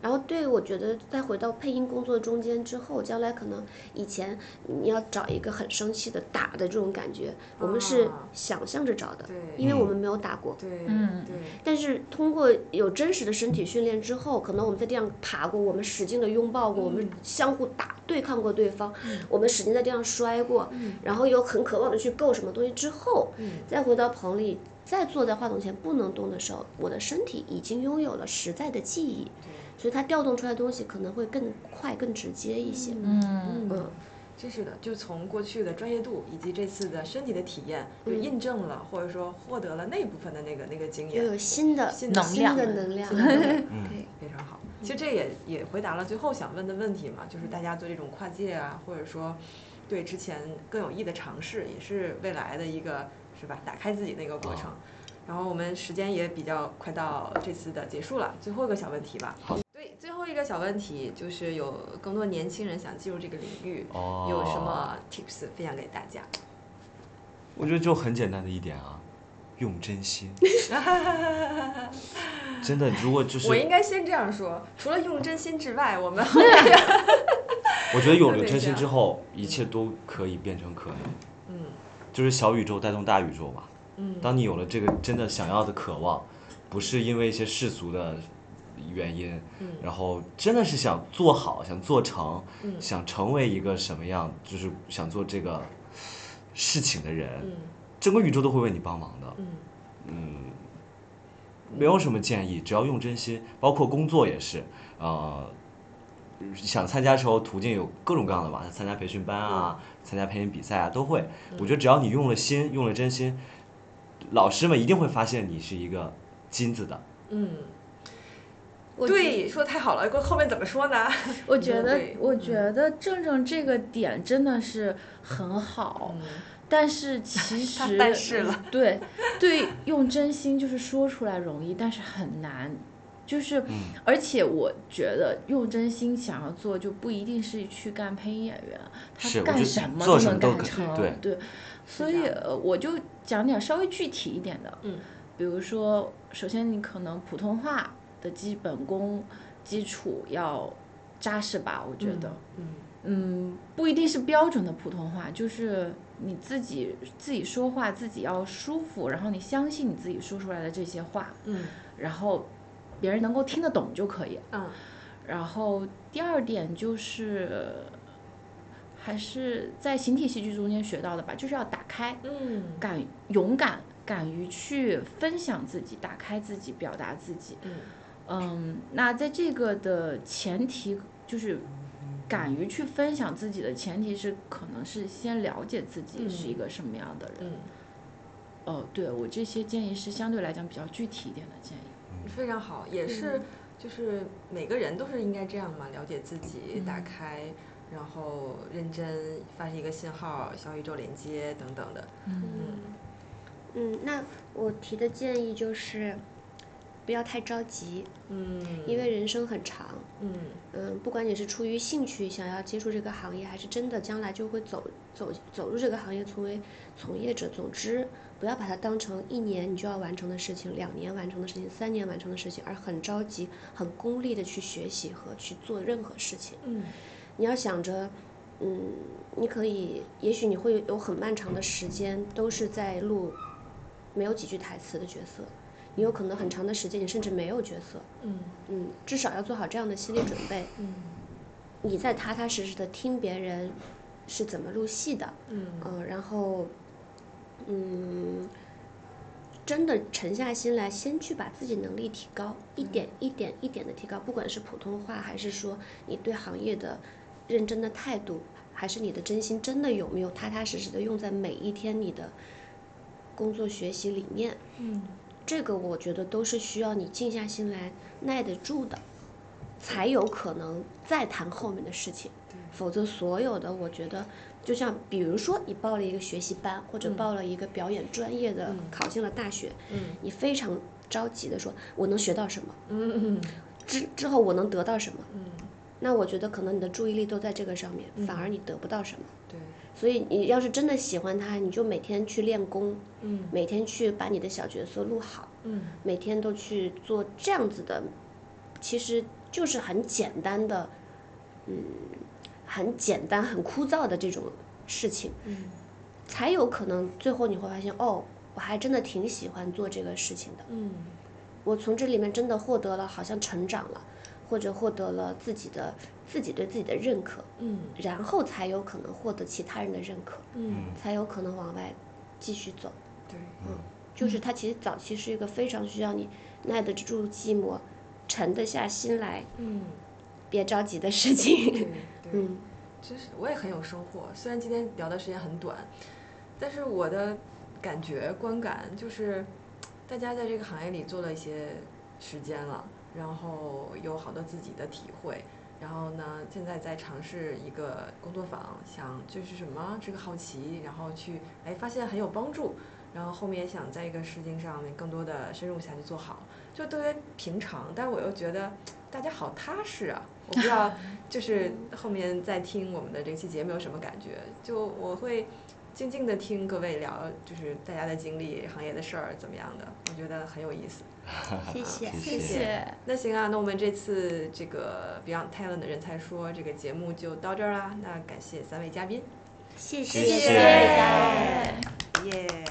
Speaker 10: 然后对我觉得再回到配音工作中间之后，将来可能以前你要找一个很生气的打的这种感觉，我们是
Speaker 7: 啊
Speaker 10: 想象着找的，
Speaker 7: 对
Speaker 10: 因为我们没有打过。
Speaker 7: 对
Speaker 9: 嗯
Speaker 7: 对
Speaker 10: 但是通过有真实的身体训练之后，可能我们在地上爬过，我们使劲的拥抱过，我们相互打对抗过对方，我们使劲在地上摔过，然后又很渴望的去够什么东西之后，再回到棚里，再坐在话筒前不能动的时候，我的身体已经拥有了实在的记忆，所以它调动出来的东西可能会更快、更直接一些。
Speaker 9: 嗯
Speaker 10: 嗯，
Speaker 7: 真是的，就从过去的专业度以及这次的身体的体验，就印证了或者说获得了那部分的那个那个经
Speaker 10: 又
Speaker 7: 验，
Speaker 10: 有新的
Speaker 7: 新的
Speaker 10: 新的
Speaker 9: 能
Speaker 10: 能量。
Speaker 8: 嗯
Speaker 7: 新的能量
Speaker 10: 对，
Speaker 7: 非常好。其实这也也回答了最后想问的问题嘛，就是大家对这种跨界啊，或者说对之前更有益的尝试，也是未来的一个是吧，打开自己的一个过程。然后我们时间也比较快到这次的结束了，最后一个小问题吧。对，最后一个小问题就是有更多年轻人想进入这个领域，
Speaker 8: 哦
Speaker 7: 有什么 tips 分享给大家？
Speaker 8: 我觉得就很简单的一点啊，用 真心。真的，如果就是
Speaker 7: 我应该先这样说，除了用真心之外， 我们后面
Speaker 8: 我觉得有了
Speaker 7: 对
Speaker 8: 真心
Speaker 7: 这样
Speaker 8: 之后，一切都可以变成可能，
Speaker 7: 嗯
Speaker 8: 就是小宇宙带动大宇宙吧。
Speaker 7: 嗯
Speaker 8: 当你有了这个真的想要的渴望，不是因为一些世俗的原因，
Speaker 7: 嗯
Speaker 8: 然后真的是想做好，想做成，
Speaker 7: 嗯
Speaker 8: 想成为一个什么样，就是想做这个事情的人，
Speaker 7: 嗯
Speaker 8: 整个宇宙都会为你帮忙的。
Speaker 7: 嗯
Speaker 8: 嗯，没有什么建议，只要用真心，包括工作也是，呃，想参加的时候途径有各种各样的吧，参加培训班
Speaker 9: 嗯
Speaker 8: 啊，参加培训比赛啊，都会。我觉得只要你用了心，用了真心，老师们一定会发现你是一个金子的。
Speaker 7: 嗯，对，说得太好了，后面怎么说呢？
Speaker 9: 我觉得
Speaker 8: 嗯
Speaker 7: 对，
Speaker 9: 我觉得正正这个点真的是很好，
Speaker 8: 嗯
Speaker 7: 嗯
Speaker 9: 但是 其
Speaker 7: 他
Speaker 9: 实
Speaker 7: 但是了
Speaker 9: 对对，用真心就是说出来容易，但是很难。就是，
Speaker 8: 嗯
Speaker 9: 而且我觉得用真心想要做，就不一定是去干配音演员，
Speaker 8: 是
Speaker 9: 他
Speaker 8: 我
Speaker 9: 干
Speaker 8: 就
Speaker 9: 什么
Speaker 8: 做
Speaker 9: 都
Speaker 8: 什
Speaker 9: 能
Speaker 8: 么都
Speaker 9: 干
Speaker 8: 可以
Speaker 9: 成。
Speaker 8: 对
Speaker 9: 所以呃我就讲点稍微具体一点的，
Speaker 7: 嗯，
Speaker 9: 比如说，首先你可能普通话的基本功基础要扎实吧，我觉得，
Speaker 7: 嗯
Speaker 9: 嗯，不一定是标准的普通话，就是你自己自己说话自己要舒服，然后你相信你自己说出来的这些话，
Speaker 7: 嗯
Speaker 9: 然后别人能够听得懂就可以。
Speaker 7: 嗯，
Speaker 9: 然后第二点就是。还是在形体戏剧中间学到的吧，就是要打开，
Speaker 7: 嗯，
Speaker 9: 敢勇敢，敢于去分享自己，打开自己，表达自己，
Speaker 7: 嗯
Speaker 9: 嗯，那在这个的前提就是，敢于去分享自己的前提是，可能是先了解自己
Speaker 7: 嗯
Speaker 9: 是一个什么样的人。
Speaker 7: 嗯
Speaker 9: 哦，对我这些建议是相对来讲比较具体一点的建议。
Speaker 7: 非常好，也是就是每个人都是应该这样嘛，了解自己，
Speaker 9: 嗯
Speaker 7: 打开，然后认真发射一个信号，小宇宙连接等等的。
Speaker 10: 嗯嗯，那我提的建议就是，不要太着急，
Speaker 7: 嗯，
Speaker 10: 因为人生很长，
Speaker 7: 嗯
Speaker 10: 嗯，不管你是出于兴趣想要接触这个行业，还是真的将来就会走走走入这个行业成为从业者，总之不要把它当成一年你就要完成的事情、两年完成的事情、三年完成的事情，而很着急、很功利的去学习和去做任何事情。
Speaker 7: 嗯
Speaker 10: 你要想着，嗯，你可以，也许你会有很漫长的时间都是在录没有几句台词的角色，你有可能很长的时间你甚至没有角色，
Speaker 7: 嗯
Speaker 10: 嗯，至少要做好这样的心理准备，
Speaker 7: 嗯
Speaker 10: 你在踏踏实实的听别人是怎么录戏的，
Speaker 7: 嗯
Speaker 10: 嗯，然后，嗯，真的沉下心来，先去把自己能力提高，一点一点一点的提高，不管是普通话，还是说你对行业的认真的态度，还是你的真心真的有没有踏踏实实的用在每一天你的工作学习里面，
Speaker 7: 嗯
Speaker 10: 这个我觉得都是需要你静下心来耐得住的，才有可能再谈后面的事情。否则，所有的我觉得，就像比如说你报了一个学习班，或者
Speaker 7: 嗯
Speaker 10: 报了一个表演专业的，考进了大学，
Speaker 7: 嗯
Speaker 10: 你非常着急的说我能学到什么，
Speaker 7: 嗯
Speaker 10: 之之后我能得到什么，
Speaker 7: 嗯，
Speaker 10: 那我觉得可能你的注意力都在这个上面，反而你得不到什么。
Speaker 7: 对，
Speaker 10: 所以你要是真的喜欢它，你就每天去练功，
Speaker 7: 嗯
Speaker 10: 每天去把你的小角色录好，
Speaker 7: 嗯
Speaker 10: 每天都去做这样子的，其实就是很简单的，嗯，很简单、很枯燥的这种事情，
Speaker 7: 嗯
Speaker 10: 才有可能最后你会发现，哦，我还真的挺喜欢做这个事情的，
Speaker 7: 嗯
Speaker 10: 我从这里面真的获得了好像成长了，或者获得了自己的自己对自己的认可，
Speaker 7: 嗯
Speaker 10: 然后才有可能获得其他人的认可，
Speaker 7: 嗯
Speaker 10: 才有可能往外继续走。
Speaker 7: 对，嗯
Speaker 10: 就是它其实早期是一个非常需要你耐得住寂寞、沉得下心来、
Speaker 7: 嗯
Speaker 10: 别着急的事
Speaker 7: 对
Speaker 10: 情。
Speaker 7: 对。
Speaker 10: 嗯
Speaker 7: 真是，我也很有收获。虽然今天聊的时间很短，但是我的感觉观感就是，大家在这个行业里做了一些时间了，然后有好多自己的体会。然后呢，现在在尝试一个工作坊，想就是什么这个好奇，然后去哎发现很有帮助，然后后面想在一个事情上面更多的深入下去做好，就特别平常，但我又觉得大家好踏实啊。我不知道，就是后面在听我们的这期节目有什么感觉？就我会静静的听各位聊，就是大家的经历、行业的事儿怎么样的，我觉得很有意思。
Speaker 10: 谢谢，
Speaker 8: 谢
Speaker 9: 谢。
Speaker 7: 那行啊，那我们这次这个 Beyond Talent 的人才说这个节目就到这儿啦。那感谢三位嘉宾，
Speaker 10: 谢
Speaker 8: 谢
Speaker 10: 谢。
Speaker 7: 耶。